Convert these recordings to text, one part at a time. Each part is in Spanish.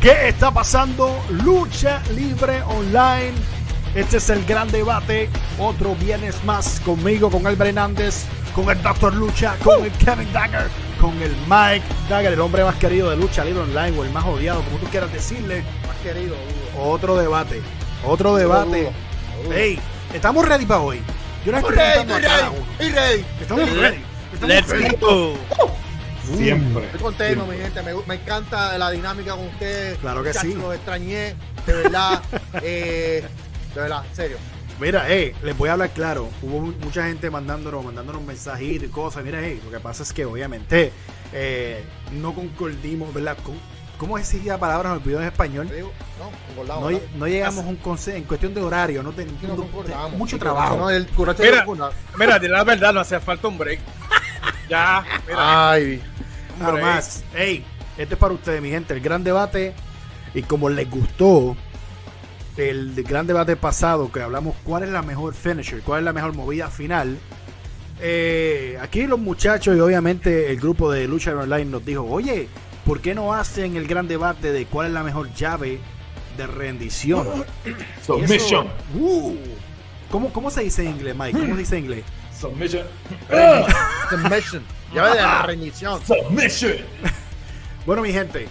¿Qué está pasando? Lucha Libre Online. Este es el gran debate. Otro viernes más conmigo, con Albert Hernández, con el Doctor Lucha, con el Kevin Dagger, con el Mike Dagger, el hombre más querido de Lucha Libre Online o el más odiado, como tú quieras decirle. Más querido, Hugo. Otro debate. Otro debate. Hey, estamos ready para hoy. Yo le estoy Estoy preguntando a ready, cada uno. estoy ready. Estamos Estoy ready. Estamos ready. go. Siempre. Estoy contento, mi gente. Me, me encanta la dinámica con ustedes. Claro que Muchachos, sí. Los extrañé, de verdad. eh, de verdad, en serio. Mira, eh, les voy a hablar claro. Hubo mu- mucha gente mandándonos, mandándonos mensajitos y cosas. Mira, eh, lo que pasa es que obviamente eh, no concordimos, ¿verdad? Con- ¿Cómo es esa palabra? Me olvidó en español. Te digo, no, concordamos. No, lle- no llegamos a un consenso en cuestión de horario. No, ten- Sí, no- no te- concordamos. mucho Sí, trabajo. No, el curate Mira. no concorda. Mira, di la verdad, no hacía falta un break. Ya, mira. Ay, un Nada break. más. Ey, esto es para ustedes, mi gente. El gran debate. Y como les gustó el de- gran debate pasado, que hablamos cuál es la mejor finisher, cuál es la mejor movida final. eh, aquí los muchachos y obviamente el grupo de Lucha Online nos dijo, oye, ¿por qué no hacen el gran debate de cuál es la mejor llave de rendición? Y eso- Submission. Uh, ¿cómo, ¿Cómo se dice en inglés, Mike? ¿Cómo se dice en inglés? Submission. Ah. Este submission. Llave de la rendición. Submission. Bueno, mi gente,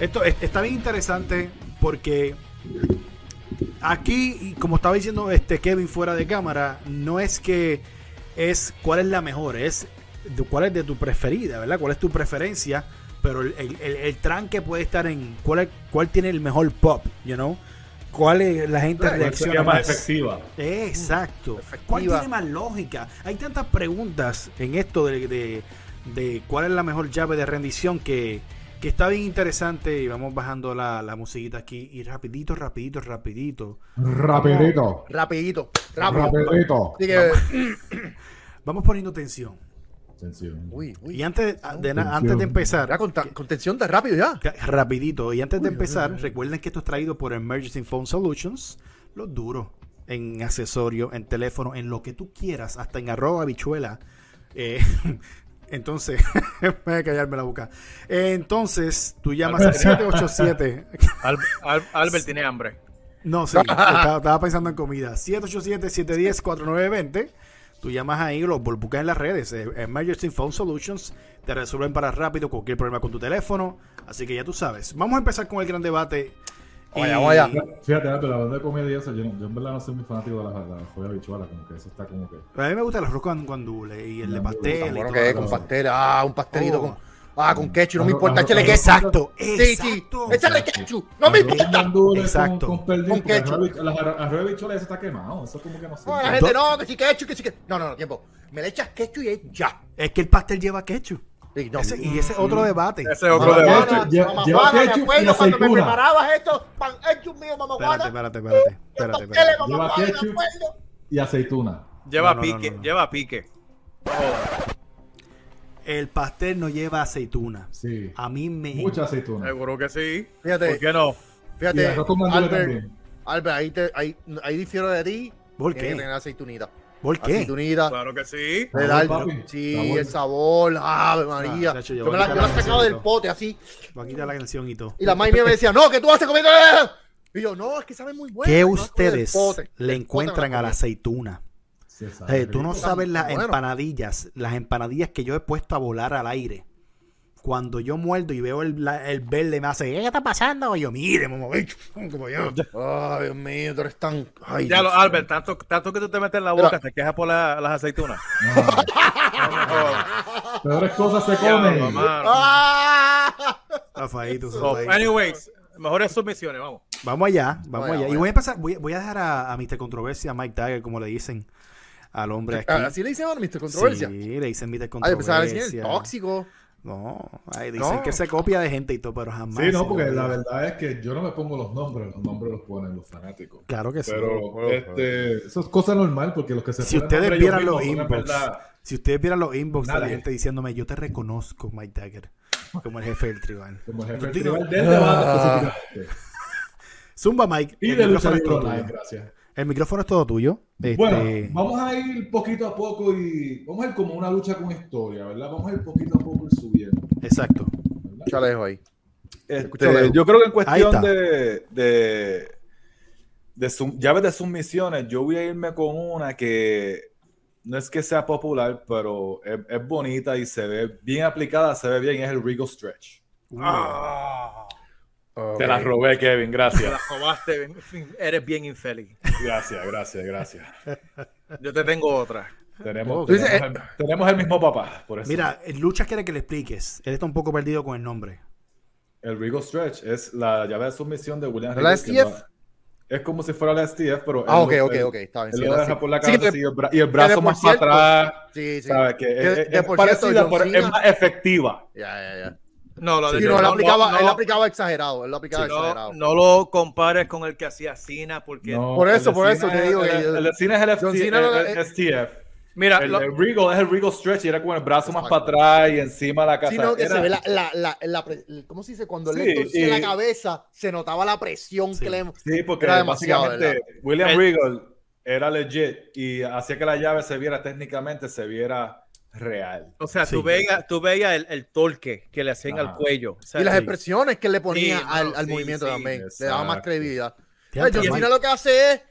esto es- está bien interesante porque aquí, y como estaba diciendo este Kevin fuera de cámara, no es que es cuál es la mejor, es de- cuál es de tu preferida, ¿verdad? ¿Cuál es tu preferencia? Pero el, el- el- el tranque puede estar en cuál, es- cuál tiene el mejor pop, you know? ¿Cuál es la gente ¿Cuál sería reacciona más más? efectiva? Exacto. Efectiva. ¿Cuál tiene más lógica? Hay tantas preguntas en esto de, de- de cuál es la mejor llave de rendición que, que está bien interesante y vamos bajando la, la musiquita aquí y rapidito, rapidito, rapidito. Rapidito. Rapidito, Ah, pues, rápido. Rapidito. Así que, Vamos poniendo tensión. uy, uy. Y antes de, na- Tensión. antes de Ya empezar, con, ta- con tensión de rápido ya. ca- rapidito, y antes de empezar, recuerden que esto es traído por Emergency Phone Solutions, los duros en accesorio, en teléfono, en lo que tú quieras, hasta en arroba bichuela. Entonces, me voy a callarme la boca. Eh, Entonces, tú llamas al 787. Al- Al- Albert tiene hambre. No, sí, estaba, estaba pensando en comida. 787-710-4920. Tú llamas ahí, los buscas en las redes. eh, Emergency Phone Solutions te resuelven para rápido cualquier problema con tu teléfono. Así que ya tú sabes. Vamos a empezar con el gran debate. Vaya, vaya. Fíjate, Alberto, la banda de comedia y eso, yo, yo en verdad no soy muy fanático de la, la joya bichuela, como que eso está como que. A mí me gusta el arroz con guandule y el de Guandule, pastel. Tan y bueno todo que es lo con demás. pastel. Ah, un pastelito Oh. con. Ah, con ketchup, no me Arroz- importa, arroz- échale arroz- ketchup. Exacto, Sí, sí, exacto. échale ketchup, no me Arroz con importa. gandules, Exacto. Con, con perdín, Con porque ketchup. arroz bichuela- las arro- arroz de bichuela eso está quemado, eso como que no sé. No, la gente no, que sí ketchup, que sí que. No, no, no, tiempo. Me le echas ketchup y es ya. Es que el pastel lleva ketchup. Sí, no. Ese- y ese es otro debate. Ese es otro Mamá, debate. Ketchup, Mamá lleva- Juana, lleva me ketchup y acuerdo cuando me aceituna. preparabas estos pan ketchup mío, mamá Espérate, Juana. espérate, espérate. Los espérate, pasteles, espérate. mamá Lleva Juana, me ketchup. acuerdo. Y aceituna. Lleva No, no, no, pique, no, no. lleva pique. El pastel no lleva aceituna. Sí. A mí me. Mucha aceituna. Seguro que sí. Fíjate. ¿Por qué no? Y Fíjate, arroz con gandules Albert, también. Albert, ahí, te, ahí, ahí difiero de ti. ¿Por Tienes qué? que tener aceitunita. ¿Por qué? Aceitunita. Claro que sí. Le da Sabor, el- papi. sí, Sabor. el sabor, ave María. Ah, chacho, yo yo, voy me a la, quitar yo la la sacaba del canción. pote así. Va a quitar la canción y todo. Y la madre mía me decía, no, que tú haces comiendo. Y yo, no, es que sabe muy bueno. ¿Qué y no la saco del ustedes pote. le Del pote encuentran me a la comí. aceituna? Sí, está Eh, tú no rico. sabes las Bueno. empanadillas, las empanadillas que yo he puesto a volar al aire. Cuando yo muerdo y veo el, la- el verde, me hace, ¿qué está pasando? Y yo, mire, mamá, bicho, como yo. Ay, Dios mío, tú eres tan. Ay, Ya lo, Dios mío. Albert, tanto, tanto que tú te metes en la boca, Mira. te quejas por la- las aceitunas. No. Peores cosas se Ya, comen. mamá. ¡Ah! Rafaelito, So, Rafaelito. anyways, mejores submisiones, vamos. Vamos allá, vamos Vaya, allá. Y vaya. voy a pasar, voy, voy a dejar a, a Mr. Controversia, a Mike Tiger, como le dicen al hombre aquí. Ah, Así le dicen a Mr. Controversia. Sí, le dicen Mr. Ay, pensaba que le decían el Controversia. tóxico. No, ay, dicen No. que se copia de gente y todo, pero jamás. Sí, se no, porque copia. la verdad es que yo no me pongo los nombres, los nombres los ponen los fanáticos. Claro que sí. Pero este, eso es cosa normal porque los que se si ponen ustedes nombres vieran ellos los mismos son en inbox, verdad- si ustedes vieran los inbox de la Nadie. gente diciéndome, yo te reconozco, Mike Dagger, como el jefe del tribunal. Como el jefe Yo del digo, tribal del debate específicamente. Zumba, Mike. Y el, de lucha micrófono es libre todo online, tuyo. gracias. el micrófono es todo tuyo. Este, Bueno, vamos a ir poquito a poco y vamos a ir como una lucha con historia, ¿verdad? Vamos a ir poquito a poco y subiendo. Exacto. ¿verdad? Yo la dejo ahí. Escucho lejos. Este, yo creo que en Ahí está. cuestión de, de, de su- llaves de submisiones, yo voy a irme con una que no es que sea popular, pero es, es bonita y se ve bien aplicada, se ve bien, es el Regal Stretch. Ah, Te la robé, Kevin, te la gracias. robaste. bien- fin, Eres bien infeliz. gracias, gracias, gracias. Yo te tengo otra. Oh, Tenemos, Tú dices, tenemos el, tenemos el mismo papá, por eso. Mira, el Lucha quiere que le expliques. Él está un poco perdido con el nombre. El Regal Stretch es la llave de submisión de William ¿La Regal, que STF? no- Es como si fuera la STF, pero... Ah, él ok, lo- ok, él- ok. Está bien. él sí, lo ahora deja sí. por Sí, la cabeza de- y, el bra- y el brazo por más cierto- para atrás. Sí, sí. ¿sabes? Que es, de- es- de es por cierto, parecida, John pero es Cena- más efectiva. Ya, ya, ya. No, la de Sí, no, él no, aplicaba, no, él aplicaba exagerado. Él lo aplicaba no, exagerado. no lo compares con el que hacía Cena porque... No, Por el eso, de por Cena eso te es- digo El, que- el, de Cena es el, John FT Cena no el- la- el STF. Mira, El, lo- de Regal es el Regal Stretch y era con el brazo más para Exacto. atrás y encima la casa. Sí, no, que Era- se ve la, la, la, la pre- el- ¿Cómo se dice? Cuando Sí, él le torcía y- la cabeza, se notaba la presión Sí. que le. Sí, porque Era demasiado, básicamente William El- Regal era legit y hacía que la llave se viera técnicamente, se viera real. o sea, Sí. tú veías tú veías el, el torque que le hacían Ajá. al cuello. O sea, Y las Sí. expresiones que él le ponía Sí, no, al, al sí, movimiento sí, también. Le daba más exacto. credibilidad. Pues, Teatro, John Mike. Cena lo que hace es.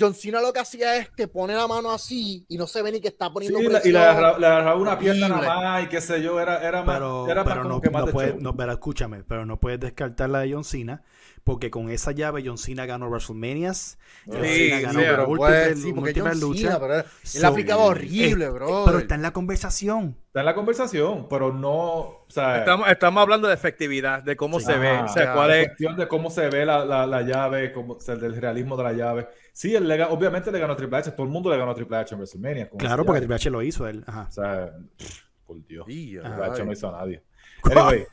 John Cena lo que hacía es que pone la mano así y no se ve ni que está Sí, poniendo la- presión. y le agarra- le agarraba una pierna Horrible. nada más y qué sé yo, era, era más, pero, era más pero como no, que más no de puedes, show. no, pero escúchame, pero no puedes descartar la de John Cena, porque con esa llave John Cena ganó WrestleManias, John Sí, Cena ganó sí, pero múltiples, pues, sí, porque múltiples John luchas, Cena, pero él So, la aplicaba horrible, es- bro. pero está en la conversación. Está en la conversación, pero no, o sea, estamos, estamos hablando de efectividad, de cómo Sí. se ve. Ajá. O sea, Ya, cuál la es... cuestión de cómo se ve la, la, la llave, cómo, o sea, del realismo de la llave. Sí, él le ga- obviamente le ganó a Triple H, todo el mundo le ganó a Triple H en WrestleMania. con Claro, esa porque llave. Triple H lo hizo él. Ajá. O sea, pff, por Dios. Sí, Triple H ay. no hizo a nadie. Anyway,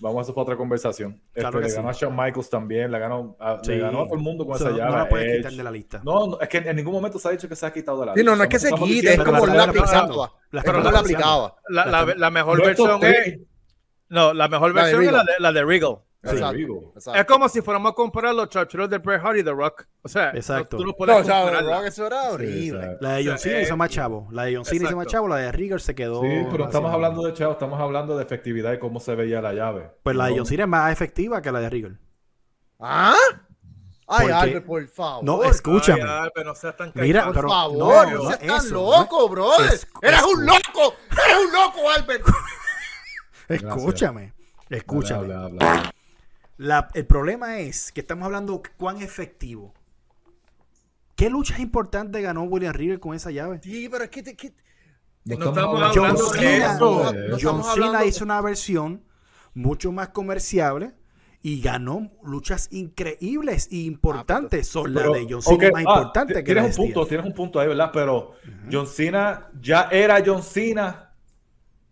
vamos a eso para otra conversación. Este, Claro que le sí. ganó a Shawn Michaels también, le ganó a, le Sí. ganó a todo el mundo con So, esa no llave. la puedes Edge. quitar de la lista. No, no, es que en ningún momento se ha dicho que se ha quitado de la Sí, no, no es que lista. se Estamos quite, es diciendo- pero como la él la están aplicando. aplicaba. La Es están como él la aplicando. aplicaba. La, la- la mejor No, estos versión tres- es... No, la mejor La de versión es la Regal. de, la de Regal. Te Exacto. digo. Es Exacto. como si fuéramos a comparar los chachuros de Bret Hart y The Rock. O sea, no- Exacto. tú no puedes No, o sea, compararla. Rock, eso era horrible. Sí, La de John O sea, Cena hizo eh, más chavo. La de John Cena hizo más exacto. chavo. La de Rigger se quedó. pero haciendo- estamos hablando de chavo, estamos hablando de efectividad y cómo se veía la llave. Pues la de No, John Cena es más efectiva que la de Rigger. ¿Ah? Ay, Porque- Albert, por favor. No, escúchame. Ay, ay, pero no seas tan Mira, cachondo. Por pero- favor, no, no, no, seas tan eso, loco, brother. Es- Eres un escucha. loco. Eres un loco, Albert. Escúchame. Escúchame. habla, habla, habla. La- el problema es que estamos hablando cuán efectivo. ¿Qué luchas importantes ganó William Rigger con esa llave? Sí, pero es que. te- que- No estamos John hablando de Cena, eso. No John estamos Cena hablando- hizo una versión mucho más comerciable y ganó luchas increíbles e importantes. Son las Ah, Pero, de John Cena ok, más ah, importantes ti- que la tienes de un Steve. punto, tienes un punto ahí, ¿verdad? Pero John Cena ya era John Cena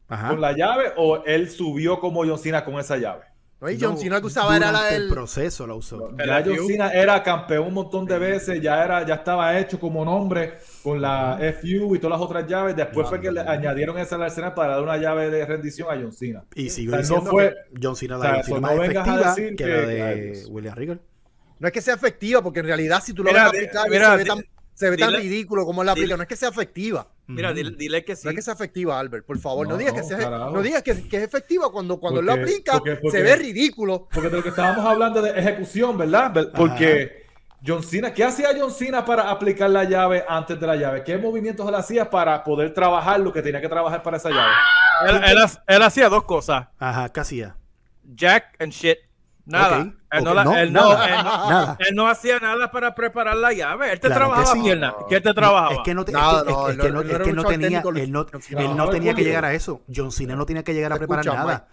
Ajá. con la llave o él subió como John Cena con esa llave. No, y John No, Cena que usaba era la durante el del. proceso la usó. Ya Pero John Hugh- Cena era campeón un montón de veces, ya era, ya estaba hecho como nombre con la FU y todas las otras llaves. Después fue que le añadieron esa al arsenal para dar una llave de rendición a John Cena. Y sigo O sea, no diciendo fue- que John Cena o la sea, John Cena eso más no vengas a efectiva que, decir la que- de Ay, William Regal. No es que sea efectiva, porque en realidad, si tú lo Mira, ves di- aplicar, mira, se ve di- tan, se ve tan dile- ridículo como él la aplica. dile- No es que sea efectiva. Mira, Ujú. dile, dile que sí. No es que sea efectiva, Albert, por favor. No, No, digas que no, sea, carajo. no digas que, que es efectiva cuando, cuando él lo Porque- aplica, porque- porque- se ve ridículo. Porque de lo que estábamos hablando de ejecución, ¿verdad? Vel- Porque John Cena, ¿qué hacía John Cena para aplicar la llave antes de la llave? ¿Qué movimientos él hacía para poder trabajar lo que tenía que trabajar para esa llave? Él, él ha- él hacía dos cosas. Ajá, casi ya. Jack and shit. Nada. Ok, Él, no ok, la- no, él no- nada. él no- Nada. él no hacía nada para preparar la llave. Él te Claro que trabajaba sí. pierna. ¿Qué te trabajaba? Es que no, te- es No, que- no, es no, que no- no es era que un no luchador tenía, técnico, él no, John él Cena. no No, tenía que Julio. llegar a eso. John Cena no tenía que llegar a Te preparar escucho, nada.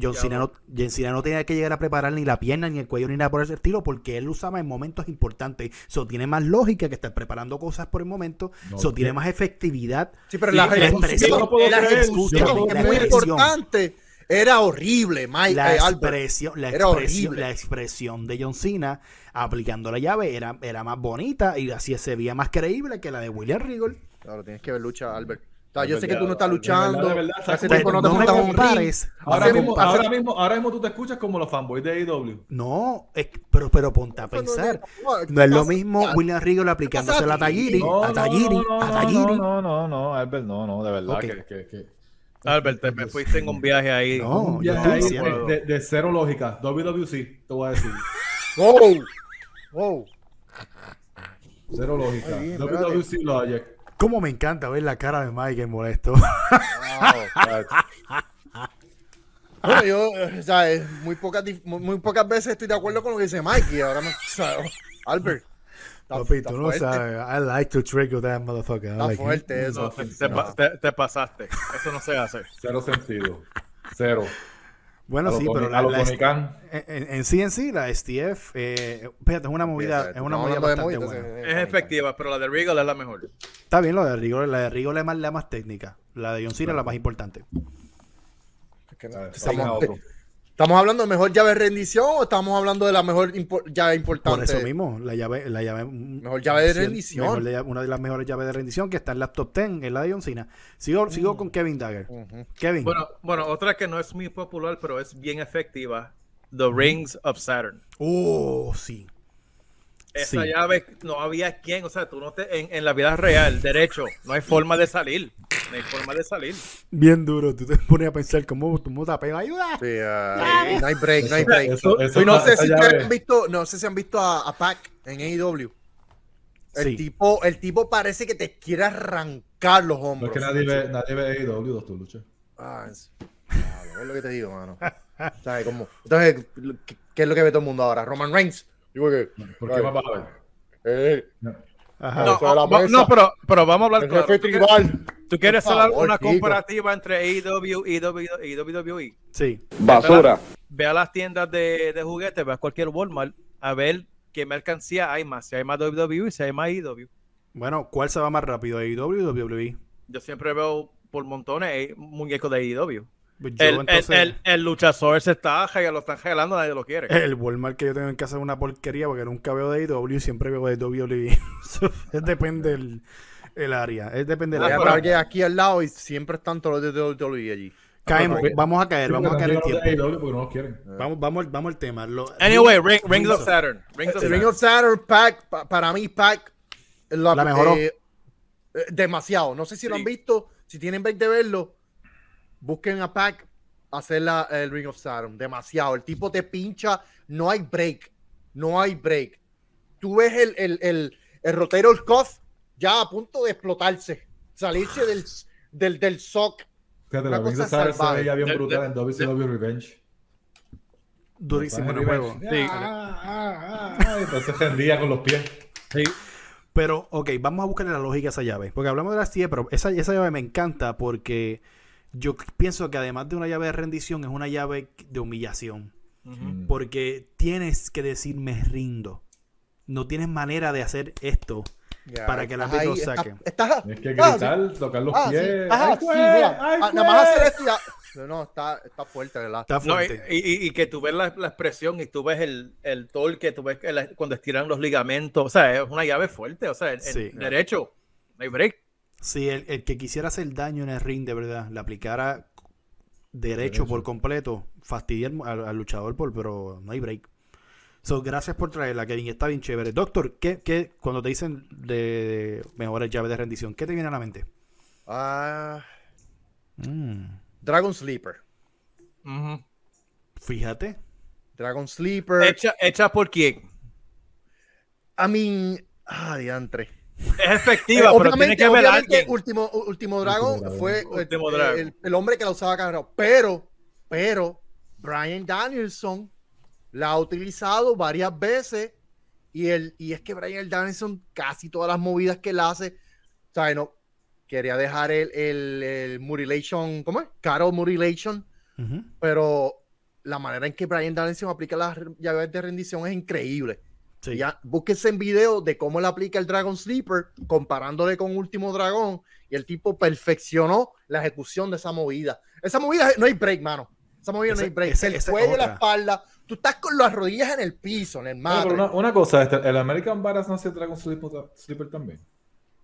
John Cena, no, John Cena no tenía que llegar a preparar ni la pierna, ni el cuello, ni nada por ese estilo, porque él lo usaba en momentos importantes. Eso tiene más lógica que estar preparando cosas por el momento. No, Eso tiene sí. más efectividad. Sí, pero Sí, la la expresión. ejecución, No puedo la creer, ejecución, yo no que puedo es muy creer. importante, era horrible, Mike, La eh, Albert. expresión, la, Era expresión, horrible. la expresión de John Cena aplicando la llave era, era más bonita y así se veía más creíble que la de William Regal. Claro, tienes que ver lucha, Albert. O sea, De yo sé que verdad, tú no estás de verdad, luchando, de verdad, hace saca tiempo un- no te no me juntas en un ring. compares, no Ahora me mismo, compares. ahora mismo, ahora mismo tú te escuchas como los fanboys de E AEW. No, es que- pero, pero ponte a pensar. "Oh, No es lo mismo William Regal aplicándose la Tayiri, No, a no, Tayiri, no, no, a no, Tayiri. No, no, no, no, Albert, no, no, de verdad Ok. que, que- que- Albert, te me fuiste en un viaje ahí. No, yo Ya, estoy ahí, eh, diciendo. de, de- de cero lógica. WWC, te voy a decir. ¡Wow! ¡Wow! Cero lógica. Ay, bien, WWC Logic. eh. Cómo me encanta ver la cara de Mike en molesto. Bueno, yo, eh, ¿sabes? Muy pocas, dif- muy, muy pocas veces estoy de acuerdo con lo que dice Mikey. Ahora me. ¿sabes? Albert. está- Papi, está tú no fuerte, sabes. I like to trigger that motherfucker. I Está like it. fuerte No, eso. te, te pa- te- te pasaste. Eso no se hace. Cero sentido. Cero. Bueno, A lo sí, Tony- pero a la, lo la- Tony Khan. en, en sí en sí, la STF, eh, fíjate, es una movida, es una Estamos movida hablando de bastante movidas, buena. entonces, Es eh, efectiva, pero la de Regal es la mejor. Está bien lo de Rigol, la de Rigol es más, la más técnica. La de John Cena es la más importante. es que no- Vamos estamos- a otro. ¿Estamos hablando de mejor llave de rendición o estamos hablando de la mejor impo- llave importante? Por eso mismo, la llave, la llave mm, mejor llave de rendición. una de las mejores llaves de rendición que está en la top 10, es la de John Cena. Sigo, sigo con Kevin Dagger. Mm. Ujú. Kevin, Bueno, bueno, otra que no es muy popular, pero es bien efectiva. The Rings of Saturn. oh, sí. Esa Sí. llave no había quien, o sea, tú no te, en, en la vida real, derecho, no hay forma de salir. No hay forma de salir. Bien duro, tú te pones a pensar cómo tú te pegas, ayuda. Sí, ay, no hay break, no hay break. Eso- eso Y no está- sé esa si llave- ustedes han visto, no sé si han visto a, a Pac en AEW. El Sí. tipo, el tipo parece que te quiere arrancar los No es hombros. que nadie ve, nadie ve E AEW, doctor Lucha. Ah, es- Diablo, es lo que te digo, mano. ¿Sabes cómo? Entonces, ¿qué, qué es lo que ve todo el mundo ahora? Roman Reigns. Digo que, ¿Por qué Ay. más vas a ver? eh, Ajá. No, Eso de la va- mesa. no, pero, pero vamos a hablar el jefe claro. ¿Tú quieres, tribal. tú quieres Por hacer favor, una chico. comparativa entre AEW y WWE? y WWE? Sí. Basura. Ve a las tiendas de, de juguetes, ve a cualquier Walmart a ver qué mercancía hay más. Si hay más WWE, si hay más AEW. Bueno, ¿cuál se va más rápido, AEW o E? WWE? Yo siempre veo por montones eh, muñecos de AEW. Pues yo, El, entonces- el, el, el luchador se está ja- lo están gelando, nadie lo quiere. El Walmart que yo tengo en casa es una porquería porque nunca veo de IW, siempre veo de WWE. So, es depende del el área. Es depende del Ah, Voy a área. pero- traer aquí al lado y siempre están todos los de WWE allí. Caemos, pero- vamos a caer, vamos a caer el Sí, porque tiempo. están llenos de AEW porque no los quieren. Vamos, vamos, al- vamos al tema. Lo- Anyway, Ring- Rings of Ring- Saturn. Rings of The Ring Saturn. of Saturn, Pac, pa- para mí, Pac, la, La mejoró. eh, eh, demasiado. No sé si lo Sí. han visto. Si tienen break de verlo, busquen a Pac hacer la, el Ring of Saturn. Demasiado. El tipo te pincha. No hay break. No hay break. Tú ves el, el, el, el rotero el cuff ya a punto de explotarse. Salirse del, del, del sock. Fíjate, Una la Rings cosa of Saturn se salvaje. veía bien De- brutal de- en WCW Revenge. Durísimo en el Revenge. juego. Sí. Ah, ah, ah, ah, y Entonces rendía con los pies. Pero, ok, vamos a buscarle la lógica a esa llave. Porque hablamos de las 10, pero esa, esa llave me encanta porque yo pienso que además de una llave de rendición, es una llave de humillación. Mm. Ujú. Mm. Porque tienes que decir me rindo. No tienes manera de hacer esto. Para que el Estás árbitro ahí, estás- saque. estás- Tienes que ah, gritar, tocar los Ah, sí. pies. Ajá, ¡Ay, sí, juez! mira. ¡Ay, Ah, nada más juez! hacer esto y ya. No, no, está, está fuerte, ¿verdad? Está No, eh, y, fuerte. y- y que tú ves la, la expresión y tú ves el, el torque, tú ves que la- cuando estiran los ligamentos. O sea, es una llave fuerte. O sea, en, en Sí. derecho, no hay break. Si el, el que quisiera hacer daño en el ring de verdad le aplicara derecho, Derecho. por completo, fastidia al, al- al luchador, por, pero no hay break. So, gracias por traerla, Kevin. Está bien chévere. Doctor, ¿qué, qué- cuando te dicen de mejores llaves de rendición, ¿qué te viene a la mente? Ah, Mm, Dragon Sleeper. fíjate. Dragon Sleeper. hecha, hecha por quién. I mean. Ah, diantre. Es efectiva, pero tiene que haber Eh, obviamente, alguien. último, Ú- último Dragon Último Dragon. fue eh, Último eh, Dragon. El, el hombre que la usaba cargado. Pero, pero, Brian Danielson la ha utilizado varias veces. Y, el, y es que Brian Danielson, casi todas las movidas que él hace, ¿sabes? No, quería dejar el, el, el Mutilation, ¿cómo es? Carol Mutilation. Ujú. pero la manera en que Brian Danielson aplica las re- llaves de rendición es increíble. Sí. Ya, búsquense en video de cómo él aplica el Dragon Sleeper comparándole con Último Dragón y el tipo perfeccionó la ejecución de esa movida. Esa movida no hay break, mano. Esa movida Esa- no hay break. esa- el esa es cuello, la otra. espalda. Tú estás con las rodillas en el piso, en el Oye, mar. pero una, una cosa, este, el American Badass no se trae con Slipper, Slipper también.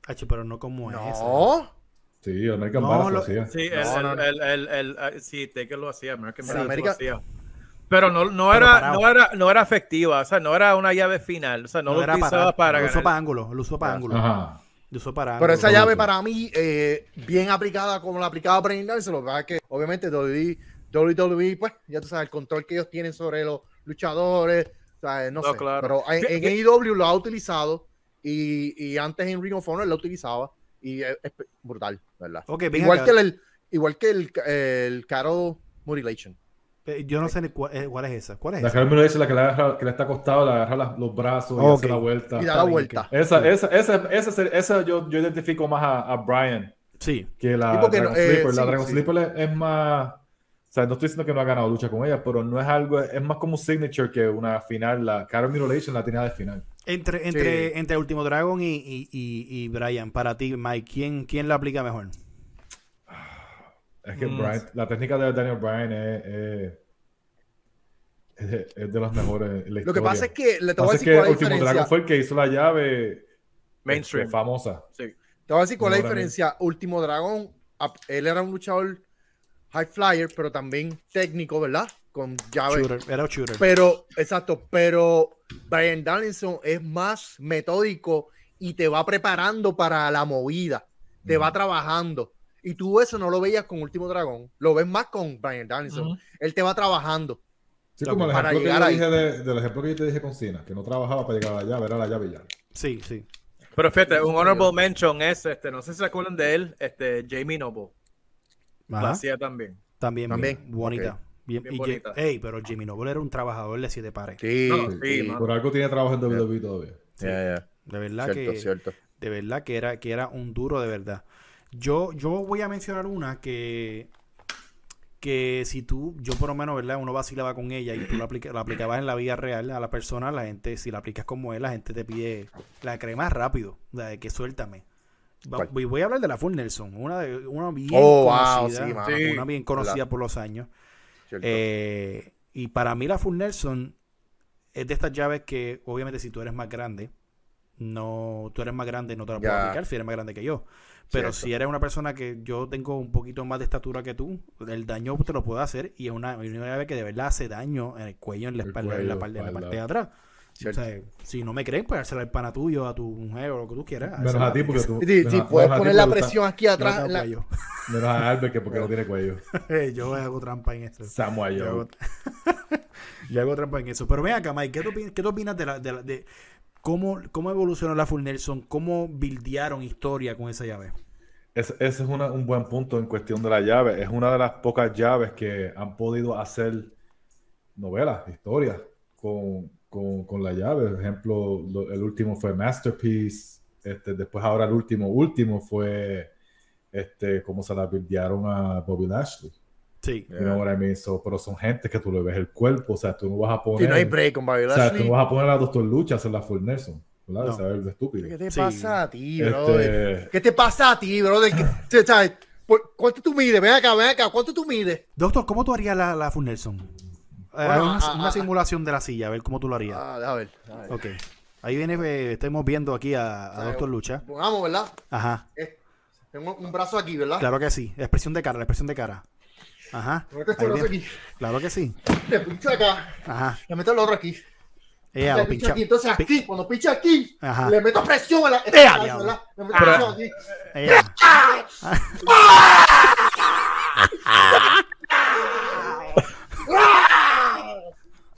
Hacho, pero no como es. no. Sí, el American No, Badass lo- lo hacía. Sí, el, No, no, no. el- el- el- el- sí, Taker lo hacía, menos que Sí, Braddock lo América- hacía. Pero no, no, Pero era, parado. no, era, no era efectiva, o sea, no era una llave final, o sea, no, lo era utilizaba para lo usó ganar. para ángulo. Lo usó para ángulo. Ajá. Yo uso para. Pero Android. esa llave para mí, eh, bien aplicada como la aplicaba Brian Danielson, lo que pasa es que obviamente E, WWE, WWE, pues ya tú sabes, el control que ellos tienen sobre los luchadores, ¿sabes? no, No, sé, claro. pero en, en AEW lo ha utilizado y, y antes en Ring of Honor lo utilizaba y es, es brutal, ¿verdad? Ok, ven Igual acá. que, el, igual que el, el Caro Mutilation. Eh, Yo no sé ni cuál, eh, cuál es esa. ¿Cuál es La esa? Carmen lo dice, la que le agarra, que le está acostado, le agarra las- los brazos y Ok. hace la vuelta. Y da Está la bien, vuelta. Esa, esa, esa, esa, esa, yo, yo identifico más a, a Brian Sí. que la Sí, porque Dragon no- eh, Sleeper. la sí, Dragon sí. Sleeper es- es más. O sea, no estoy diciendo que no ha ganado lucha con ella, pero no es algo, es más como un signature que una final. La Carol Mutilation la tenía de final. Entre, entre, entre Último Dragon y, y, y, y Brian, para ti, Mike, ¿quién, quién la aplica mejor? Es que Mm. Bryan- la técnica de Daniel Bryan es, es, es- es de las mejores en la historia. Lo que pasa es que le te voy a Pasa decir cuál es la Ultimo diferencia. Dragon fue el que hizo la llave Mainstream. este, famosa. Te voy a decir cuál es la Ahora mismo. diferencia. Último Dragón, ap- él era un luchador high flyer, pero también técnico, ¿verdad? Con llave. Shooter, era un shooter. Pero, exacto, pero Brian Danielson es más metódico y te va preparando para la movida, te va trabajando. Y tú eso no lo veías con Último Dragón, lo ves más con Brian Danielson. Ujú. Él te va trabajando. Sí, como el Para ejemplo, que llegar yo ahí. dije de- del ejemplo que yo te dije con Cena, que no trabajaba para llegar a la llave, era la llave y ya. Sí, sí. Pero fíjate, un honorable mention es, este, no sé si se acuerdan de él, este, Jamie Noble. Ajá. La hacía también. También, bien, También, bonita. Bien, Bien y Ja- bonita. Ey, pero Jimmy Noble era un trabajador de siete pares. Ah, Sí, No, sí, mano. Por algo tiene trabajo en WWE todavía. De verdad que de verdad que era que era un duro de verdad. Yo yo voy a mencionar una que que si tú, yo por lo menos, ¿verdad? Uno vacilaba con ella y tú la, aplica- la aplicabas en la vida real a la persona, la gente, si la aplicas como es, la gente te pide la crema rápido, la de que suéltame. Va- ¿Cuál? y voy a hablar de la Full Nelson, una, de- una bien Oh, wow, conocida, sí, mano. una bien conocida por los años. cierto. Eh, y para mí la Full Nelson es de estas llaves que obviamente si tú eres más grande, no, tú eres más grande, no te la puedo Ya. aplicar si eres más grande que yo. Pero Cierto. si eres una persona que yo tengo un poquito más de estatura que tú, el daño te lo puedo hacer y es una, una llave que de verdad hace daño en el cuello, en la El espalda, en, la, cuello, parte- en la espalda. parte de atrás. O Cierto. sea, si no me crees, pues hacerle al pana tuyo, a tu mujer o lo que tú quieras. Menos hársela. a ti porque tú. Sí, sí, menos a- puedes menos a ti poner la porque tú presión aquí Yo no atrás. tengo en la- cuello. estás- Menos a Albert que porque no tiene cuello. yo hago trampa en esto. Samoa Yo Joe. hago, yo hago trampa en eso. Pero ven acá, Mike, ¿qué tú opinas, qué tú opinas de, la, de, la- de cómo, cómo evolucionó la Full Nelson? ¿Cómo buildearon historia con esa llave? Es- ese es una- un buen punto en cuestión de la llave. Es una de las pocas llaves que han podido hacer novelas, historias con, con- con la llave. Por ejemplo, lo- el último fue Masterpiece. Este, después ahora el último, último fue este, cómo se la bildearon a Bobby Lashley. Sí. You know what I mean? So, pero son gente que tú le ves el cuerpo, o sea, tú no vas a Sí, poner, no hay break con Bobby o sea, Lashley. tú no vas a poner a Doctor Lucha a hacer la Full Nelson, ¿verdad? No. O sea, el estúpido. ¿Qué te Sí. pasa a ti, Este, brother? ¿Qué te pasa a ti, brother? ¿Qué- te- sabes, por- ¿Cuánto tú mides? Ven acá, ven acá. ¿Cuánto tú mides? Doctor, ¿cómo tú harías la, la Full Nelson? Eh, Bueno, una, ah, una ah, simulación de la silla, a ver cómo tú lo harías. Ah, a ver. a ver. ok. Ahí viene, eh, estamos viendo aquí a, a sea, Doctor Lucha. Pongamos, ¿verdad? Ajá. Eh, Tengo un brazo aquí, ¿verdad? Claro que sí. La expresión de cara, la expresión de cara. Ajá. Le meto este Ahí brazo viene. aquí. Claro que sí. Le pincho acá. Ajá. Le meto el otro aquí. Ea, le Eh, lo pincho pincha- aquí. Entonces pi- aquí, cuando pincho aquí, Ajá. le meto presión a la. Ea, ¿verdad? diablo. Le meto Ah. presión aquí. ea.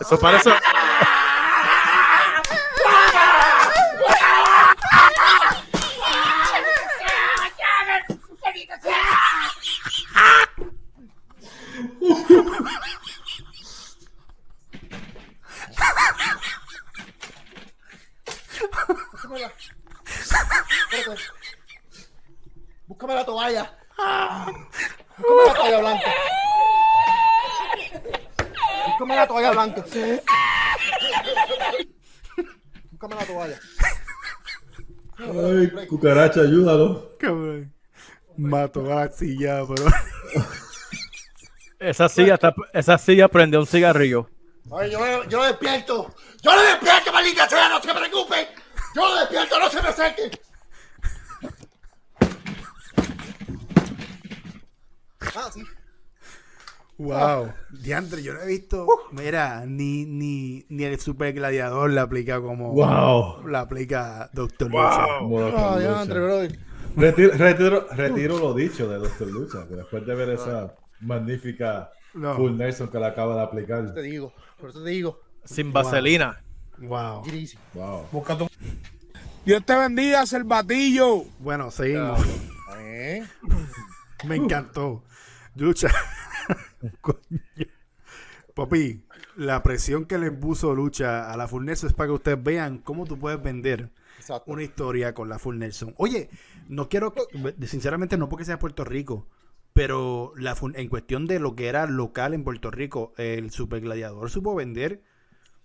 Eso parece... Búscame la- Espérate. Búscame la toalla. Búscame la toalla blanca. Búscame la toalla blanca. Búscame la toalla. Ay, cucaracha, ayúdalo. Cabrón. Mato a la silla, bro. Esa silla, está- esa silla prendió un cigarrillo. Ay, yo, lo- yo lo despierto. Yo lo despierto, maldita sea, no se preocupen. Yo lo despierto, no se me acerquen. Ah, sí. Wow. Diantre, yo no he visto. Mira, ni, ni, ni el super gladiador la aplica como. Wow. La aplica Doctor Lucha. Como Dr. Ah, Lucha. diantre, brother. Retiro, retiro, retiro lo dicho de Doctor Lucha, que después de ver esa magnífica No. Full Nelson que le acaba de aplicar. Te digo, por eso te digo, Sin vaselina. Wow. Greasy. Wow. Busca tu- Dios te bendiga, Cervatillo. Bueno, seguimos. ¿Eh? Me encantó. Lucha. Coño. Papi, la presión que le puso Lucha a la Full Nelson es para que ustedes vean cómo tú puedes vender Exacto. una historia con la Full Nelson. Oye, no quiero, que- sinceramente no porque sea Puerto Rico, pero la Full- en cuestión de lo que era local en Puerto Rico, el Super Gladiador supo vender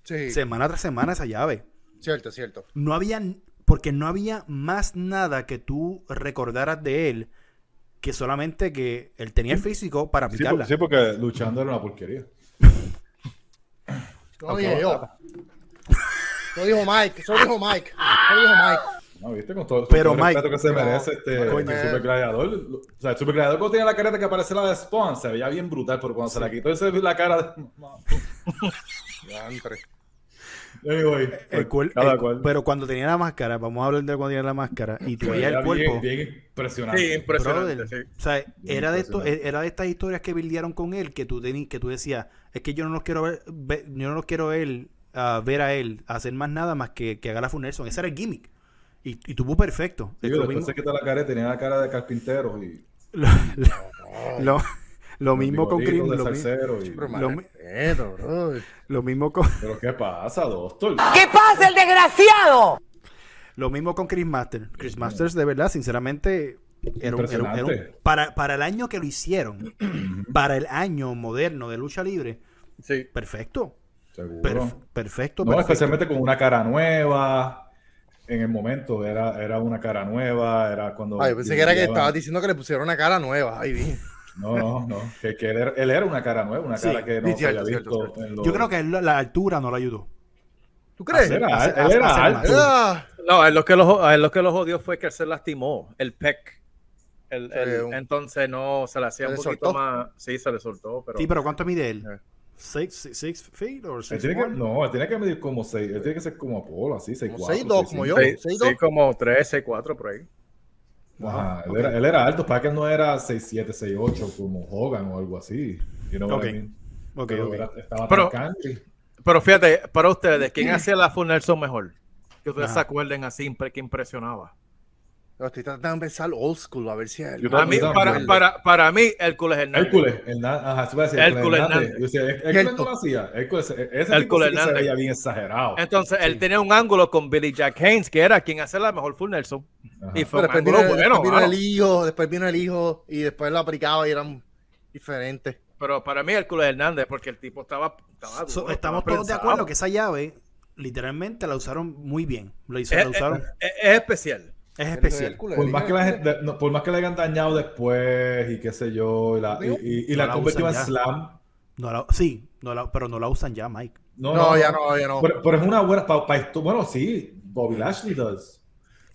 Sí, semana tras semana esa llave. cierto, cierto. No había, porque no había más nada que tú recordaras de él que solamente que él tenía el físico para Sí, por- aplicarla. sí, porque luchando era una porquería. No dije yo. Lo dijo Mike, eso dijo Mike. Eso dijo Mike. No, viste, con todo, con Pero, todo el Mike, respeto que se merece este coño. el supergladiador. O sea, el supergladiador cuando tenía la careta que parece la de Spawn, se veía bien brutal, pero cuando se la quitó, se vio la cara Diantre. de... Anyway, pues, El cuer- cada el- cual. pero cuando tenía la máscara, vamos a hablar de cuando tenía la máscara, y tú Se veías veía el cuerpo. Bien, bien impresionante. Brother, o sea, era de, esto, e-, era de estas historias que bildearon con él que tú, teni- que tú decías, es que yo no los quiero ver, ve- yo no los quiero él, ah, ver a él hacer más nada más que, que haga la Full Nelson. Ese era el gimmick. Y, y tuvo perfecto. Sí, Es lo después mismo- se quitó la careta, tenía la cara de carpintero y... lo- lo- lo- lo los mismo con Cream, bigotitos de lo, mi- salsero y- Pero Lo Mike, mi- respeto, brother. lo mismo con Pero ¿qué pasa, doctor? ¿Qué pasa, el desgraciado? lo mismo con Chris Masters. Chris Masters, de verdad, sinceramente, era un, era un- era un- Impresionante. para, para el año que lo hicieron, para el año moderno de lucha libre, Sí. perfecto. Seguro. Perf- perfecto, No, perfecto. especialmente con una cara nueva. En el momento era, era una cara nueva, era cuando... Ay, Ah, pensé que era que llevaban- estabas diciendo que le pusieron una cara nueva. Ay, bien. No, no, no. Que, que él, era, él era una cara nueva, una Sí, cara que no sí, se había cierto, visto cierto, cierto. en los... Yo creo que a él la- la altura no lo ayudó. ¿Tú crees? Era, hace- él era hace alto. más. Ah, No, a él lo que lo, a él lo que lo jodió fue que él se lastimó, el pec. El- Sí, el- un- entonces no, se le hacía ¿Se un le poquito soltó? más. Sí, se le soltó, pero. Sí, pero ¿cuánto mide él? Eh. Six, six, six feet or Él six Eh, tiene que, one? no, él tiene que medir como 6, él tiene que ser como Apolo, así, 6, Como 4, 6, 6'2", como yo. Sí, ¿Seis, sí, dos? como 13, 4 por ahí. Ajá, él, era, él era alto, para que él no era 6'7, 6'8 como Hogan o algo así. You know what I Ok, mean? Ok, Pero ok. era- estaba Pero- tan candy. Pero fíjate, para ustedes, ¿quién hacía la Full Nelson mejor? Que ustedes Ajá. se acuerden así, impre- que impresionaba. no, estoy tratando de pensar old school, a ver si es él. Yo A mí, también. para, para, para mí, Hércules Hernández. Hércules, Hernández, ajá, eso iba a decir, Hércules Hernández. Yo decía, Hércules no lo hacía, Hércules, ese tipo sí Hércules que se Hernández. veía bien exagerado. Entonces, él tenía un ángulo con Billy Jack Haynes, que era quien hacía la mejor Full Nelson. Ajá. Y Pero fue un después ángulo vino, bueno, después vino mano. el hijo, después vino el hijo y después la aplicaba y eran diferentes. Pero para mí, Hércules Hernández, porque el tipo estaba. estaba duro, So, estaba estamos todos de prensado. acuerdo que esa llave literalmente la usaron muy bien. Lo hizo- es, la usaron. es- es- es especial. Es especial. Por más, que la gente- no, por más que le hayan dañado después y qué sé yo, y la, y, y- y No la la convirtió en usan ya. slam. No la- sí, no la- pero no la usan ya, Mike. No, No, ya no, ya no. Pero, pero es una buena. pa- pa esto- bueno, sí, Bobby Lashley does.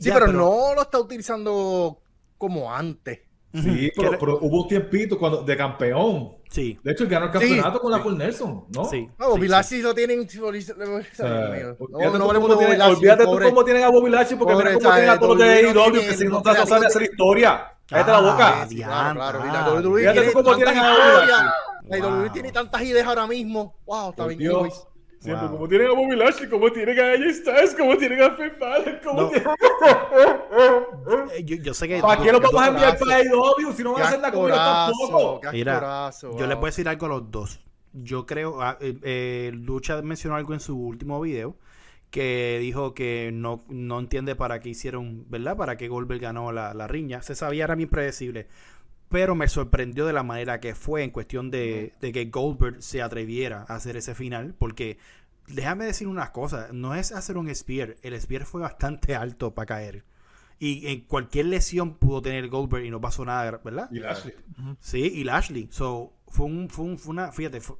sí, Ya, pero, no lo está utilizando como antes. Sí, Ujú. pero, ¿Quieres- pero hubo un tiempito cuando, de campeón. Sí, De hecho, él ganó el campeonato con la Full Nelson, ¿no? sí. No, sí, Bobby sí. Lashley lo tienen. O sea, No, no olvídate tú hablemos cómo de Bobby tienen- Lashley, olvídate tú pobre. cómo tienen a Bobby Lashley, porque Pobre, mira cómo tienen a ¿sabes? todos los de WWE no AEW, que tiene- si no no te tiene- sabe hacer historia. Cállate la boca. Ah, Sí, claro, claro. Y la diantre. WWE Fíjate tiene tú cómo tantas tienen a Bobby historias, Lashley. La Wow. WWE tiene tantas ideas ahora mismo. Wow, está Por bien. Dios. Luis. Siempre, Wow. como tienen a Bobby Lashley, como tienen a AJ Styles, como tienen a Finn Balor, como No. tienen... Eh, Yo, yo sé que. ¿Para yo- qué lo yo- vamos a enviar actorazo. para AEW si no van Qué a hacer la comida actorazo, tampoco? qué Mira, actorazo, Yo le wow. puedo decir algo a los dos. Yo creo, ah, eh, eh, Lucha mencionó algo en su último video que dijo que no, no entiende para qué hicieron, ¿verdad? Para qué Goldberg ganó la, la riña. Se sabía, era bien predecible. Pero me sorprendió de la manera que fue en cuestión de, de que Goldberg se atreviera a hacer ese final. Porque déjame decir unas cosas, no es hacer un spear. El spear fue bastante alto para caer. Y en cualquier lesión pudo tener Goldberg y no pasó nada, ¿verdad? Y Lashley. Sí, y Lashley. So, fue un, fue un- fue una, fíjate, fue-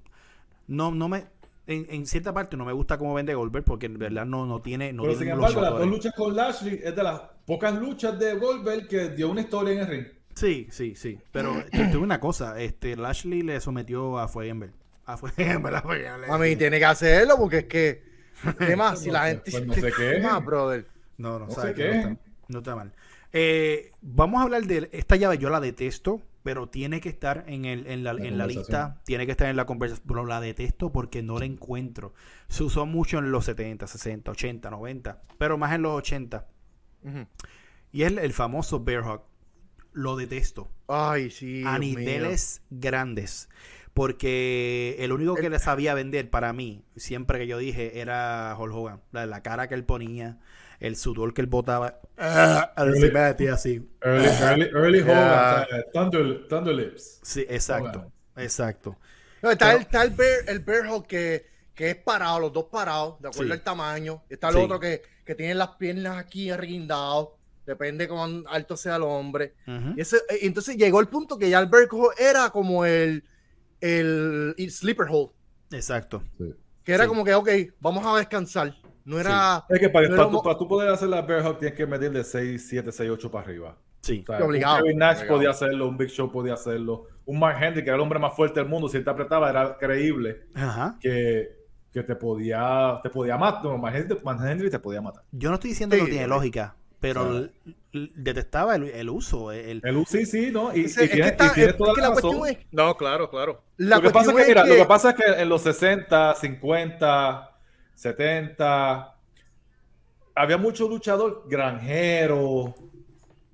no, no me, en, en cierta parte no me gusta cómo vende Goldberg porque en verdad no, no tiene, no Pero tiene sin los embargo, las dos motores. luchas con Lashley es de las pocas luchas de Goldberg que dio una historia en el ring. Sí, sí, sí. Pero te- te digo una cosa, este Lashley le sometió a Fuenbel. A Fuenbel, a Fuenbel. A mí tiene que hacerlo porque es que. ¿Qué más? Si la gente. Pues no sé qué. ¿Qué más, brother? No, no, No sabe sé que no qué. está, no está mal. Eh, vamos a hablar de esta llave, yo la detesto, pero tiene que estar en, el, en, la, La en la lista, conversación. tiene que estar en la conversación, pero la detesto porque no la encuentro. Se usó mucho en los 70, 60, 80, 90, pero más en los 80. Ujú. Y es el, el famoso Bear Hug. Lo detesto. Ay, sí. a Dios mío. niveles grandes. Porque el único que le sabía vender para mí, siempre que yo dije, era Hulk Hogan. La, la cara que él ponía, el sudor que él botaba. Ah, encima de ti así. Early, early, early Yeah. Hogan, ¿sabes? Thunder, Thunder Lips. Sí, exacto. Hogan. Exacto. No, está Pero- el, está el bear, el bear hug que, que es parado, los dos parados, de Sí. acuerdo al tamaño. Está el Sí. otro que, que tiene las piernas aquí arrindados. Depende cuán alto sea el hombre. Ujú. Y ese- eh, entonces llegó el punto que ya el bear hug era como el, el, el sleeper hold. Exacto. Que era Sí. como que, ok, vamos a descansar. No era Es que para, Pero para tú, mo- para tú poder hacer la bear hug tienes que meterle 6, 7, 6, 8 para arriba. Sí. O sea, Sí, obligado, un Kevin Nash obligado. podía hacerlo, un Big Show podía hacerlo, un Mark Henry, que era el hombre más fuerte del mundo, si él te apretaba era creíble Ajá. que, que te podía te podía matar. No, Mark Henry, Mark Henry te podía matar. Yo no estoy diciendo que Sí, eh, no tiene ok. lógica, pero Claro. l- l- detestaba el, el uso. el- el- El sí, sí, ¿no? Y, y Ese- es que tiene- y está- tiene es toda que la la razón. cuestión es No, claro, claro. la lo que pasa cuestión es que, mira, que- lo que pasa es que en los 60, 50, 70 había mucho luchador granjero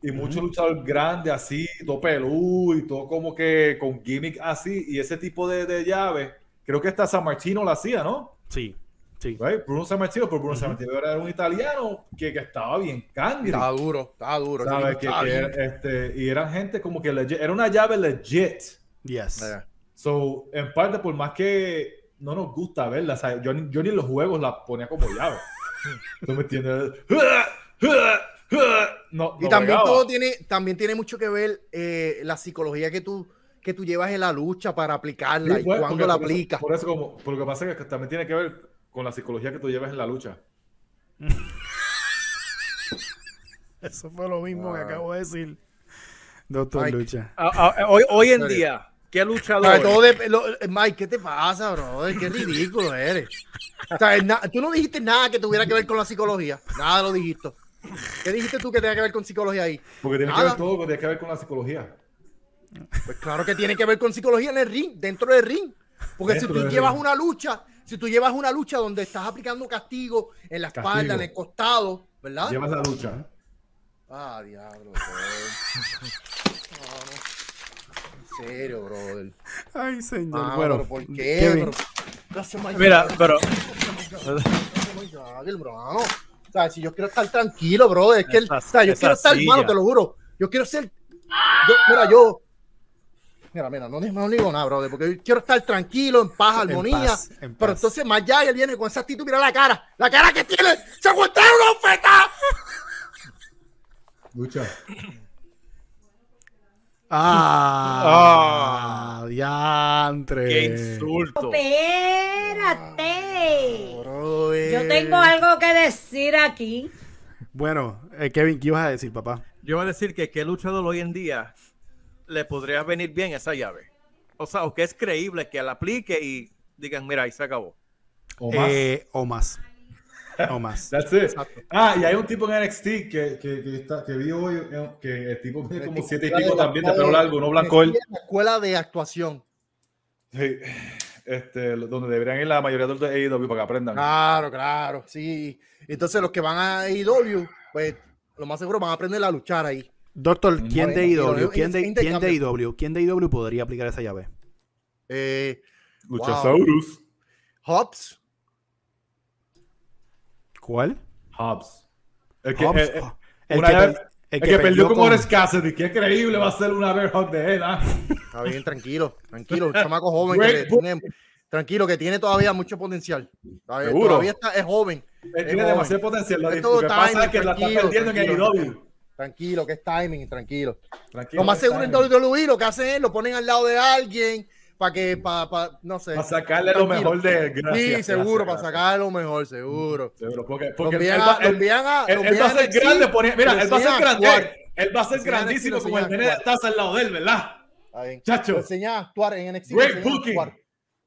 y mucho luchador grande así, todo pelú y todo como que con gimmick así y ese tipo de, de llave. Creo que hasta San Martino la hacía, ¿no? Sí. Sí. Right? Bruno San Martino, pero Bruno San Martino era un italiano que, que estaba bien cangre. Estaba duro, estaba duro. ese ¿sabes? tipo Que- estaba que bien. era- este, y eran gente como que legit- era una llave legit. Yes. So, en parte, por más que no nos gusta verla, o sea, yo, ni- yo ni en los juegos la ponía como llave. ¿Tú me entiendes? No, Y no también pegaba. todo tiene, también tiene mucho que ver eh, la psicología que tú, que tú llevas en la lucha para aplicarla Sí, y pues, cuándo porque la por eso- aplicas. Por eso, como, por lo que pasa es que también tiene que ver con la psicología que tú llevas en la lucha. Eso fue lo mismo que acabo de decir. Doctor Mike. Lucha. A- a- a- hoy, hoy en día, ¿qué Sobre todo luchador? de- lo- Mike, ¿qué te pasa, brother? Qué ridículo eres. O sea, es na- tú no dijiste nada que tuviera que ver con la psicología. Nada lo dijiste. ¿Qué dijiste tú que tenga que ver con psicología ahí? Porque tiene que Nada. ver todo, tiene que ver con la psicología. Pues claro que tiene que ver con psicología en el ring, dentro del ring. Porque Dentro si tú del llevas ring. una lucha, si tú llevas una lucha donde estás aplicando castigo en la espalda, Castigo. en el costado, ¿verdad? Llevas la lucha. Ah, diablo, brother. No, no. En serio, brother. Ay, señor. Ah, bueno, pero ¿por qué? Kevin, Pero- Gracias, Mike. Mira, pero Gracias, Mike Jagger, hermano. O sea, si yo quiero estar tranquilo, brother, es que el- Esa- o sea, yo esa quiero estar, hermano, silla. te lo juro. Yo quiero ser. yo- mira, yo. Mira, mira, no, no digo nada, brother, porque yo quiero estar tranquilo, en paz, armonía. paz, en pero paz. entonces Mike Jagger viene con esa actitud, mira la cara, la cara que tiene. ¡Se encontraron una oferta! Lucha. Ah, diantre. qué insulto. Espérate. Brother. Yo tengo algo que decir aquí. Bueno, eh, Kevin, ¿qué ibas a decir, papá? Yo voy a decir que qué luchador hoy en día le podría venir bien esa llave. O sea, o que es creíble que la aplique y digan, mira, ahí se acabó. O más. Eh, o más. O más. That's it. Ah, y hay un tipo en NXT que, que, que, está, que vi hoy eh, que el tipo tiene como siete y pico también de pelo largo, no blanco él. La escuela de actuación. Sí. Este, lo- donde deberían ir la mayoría de los de AEW E para que aprendan. Claro, claro, sí. Entonces los que van a IW, pues lo más seguro van a aprender a luchar ahí. Doctor, ¿quién de IW? Bueno, ¿Quién de, ¿quién de intercambio. IW? ¿Quién de IW podría aplicar esa llave? Eh, Luchasaurus. Hobbs, ¿Cuál? Hobbs. El que, Hobbs. el- el- el, una que llave- per- el que perdió como con- Orange Cassidy. Qué creíble va a ser una Bear Hug de él. ¿ah? está bien, tranquilo, tranquilo, un chamaco joven que Great le boy. tiene, tranquilo, que tiene todavía mucho potencial. Todavía, Seguro. todavía está, es joven, Él tiene joven. demasiado potencial. Lo Es que todo pasa es timing, que la está tranquilo, perdiendo en E tranquilo. AEW. tranquilo, que es timing, tranquilo. Tranquilo, Lo más que seguro en está bien. WWE lo que hacen es lo ponen al lado de alguien para que, para, no sé. Para sacarle lo Tranquilo. mejor de él. sí, Gracias, seguro, gracias, para gracias. sacar lo mejor, seguro. Seguro, porque, Lo porque él envían va- a- lo él- envían a- lo Él, él va a envían ser NXT, grande, ponía- mira, lo él va a ser envían a grande. actuar. Él, Él va a ser grandísimo como el nene de taza al lado de él, ¿verdad? Está bien. Lo Chacho, enseñé a actuar en NXT. lo great enseñé a booking. actuar.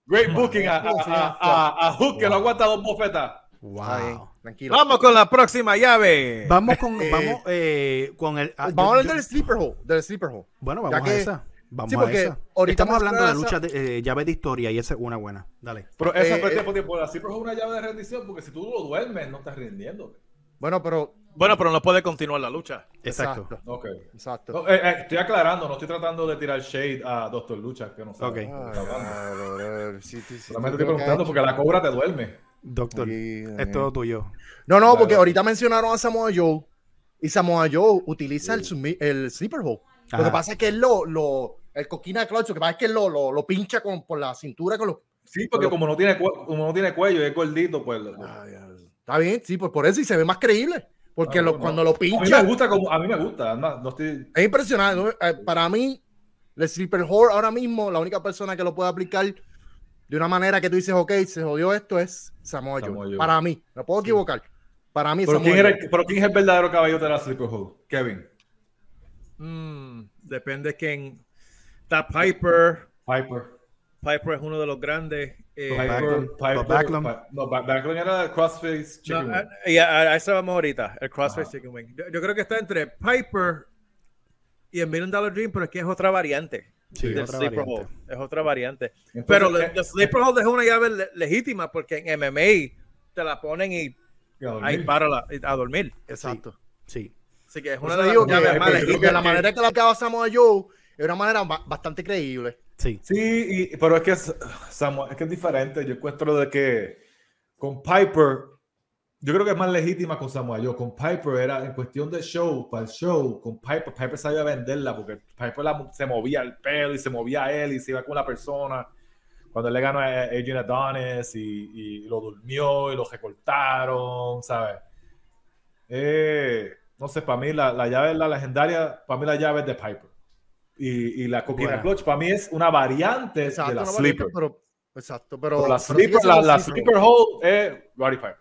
Great booking a, Sí, sí, a- a- a Hook que lo aguanta dos bofetas. Está bien, Wow. Tranquilo. Ah, Vamos con la próxima llave. Vamos con, Eh, vamos, eh, con el. ah, Vamos a yo- hablar yo- del sleeper hole. Del sleeper hole. Bueno, ya vamos a que- esa. Vamos sí, a porque esa. ahorita Estamos vamos a hablando de la hablar de lucha de eh, llaves de historia y esa es una buena. Dale. Pero eso Eh, es eh. tiempo, tiempo. Así pero es una llave de rendición porque si tú lo duermes, no estás rindiendo. Bueno, pero. Bueno, pero no puede continuar la lucha. Exacto. Ok. Exacto. No, eh, eh, estoy aclarando, no estoy tratando de tirar shade a Doctor Lucha, que no sabe. Ok. Ah, Cabrón. claro, brother. Sí, sí, sí, sí, Solamente estoy creo que preguntando porque la cobra te duerme. Doctor, Sí, es todo tuyo. No, no, porque Claro. ahorita mencionaron a Samoa Joe y Samoa Joe utiliza el, sumi- el sleeper hole. Lo que Ajá. pasa es que él lo, lo el coquina de clutch, lo que pasa es que él lo, lo, lo pincha con, por la cintura con los... Sí, porque como no tiene, cue- como no tiene cuello y es gordito, pues. lo- Ah. a Está bien, sí, pues por, por eso y se ve más creíble. Porque Ah, lo- bueno. cuando lo mí pincha me gusta, como, a mí me gusta. No, no estoy. es impresionante. ¿no? Eh, para mí, el sleeper hole ahora mismo, la única persona que lo puede aplicar de una manera que tú dices, ok, se jodió esto, es Samoa Joe. Samoa Joe. Para mí, me puedo equivocar. Para mí, ¿Pero Samoa quién, era, Joe. el- pero quién es el verdadero caballero de la Sleeper Hole? Kevin. Mm, depende quién. Está Piper. Piper. Piper es uno de los grandes. eh, Piper. Backlund. Piper. Backlund. Pi- No, Ba- Backlund era el Crossface Chicken. No, Wing. a- y a, a eso vamos ahorita, el CrossFit Ajá. Chicken Wing. Yo, yo creo que está entre Piper y el Million Dollar Dream, pero es que es otra variante. Sí, del otra Sleeper variante. Hole. Es otra variante. Entonces, pero le- eh, el Sleeper Hole es una llave le- legítima porque en MMA te la ponen y Cabrón, ahí para la- a dormir. Exacto. Sí. Así que es Por una eso de las digo que, llaves más que- que legítimas. la manera que la acaba Samoa Joe es una manera ba- bastante creíble. Sí. Sí, y- pero es que es, Samuel, es que es diferente. Yo encuentro de que con Piper, yo creo que es más legítima con Samuel. Yo con Piper era en cuestión de show, para el show, con Piper, Piper sabía venderla porque Piper la- se movía el pelo y se movía él y se iba con la persona. Cuando él le ganó a Adrian Adonis y, y lo durmió y lo recortaron, ¿sabes? Eh, no sé, para mí la, la llave es la legendaria, para mí la llave es de Piper. Y, y la coquina Buena. clutch para mí es una variante Exacto, de la una sleeper. variante, pero, exacto, pero, Pero la pero sleeper, sigue la, siendo la sleeper. sleeper hole es Roddy Piper.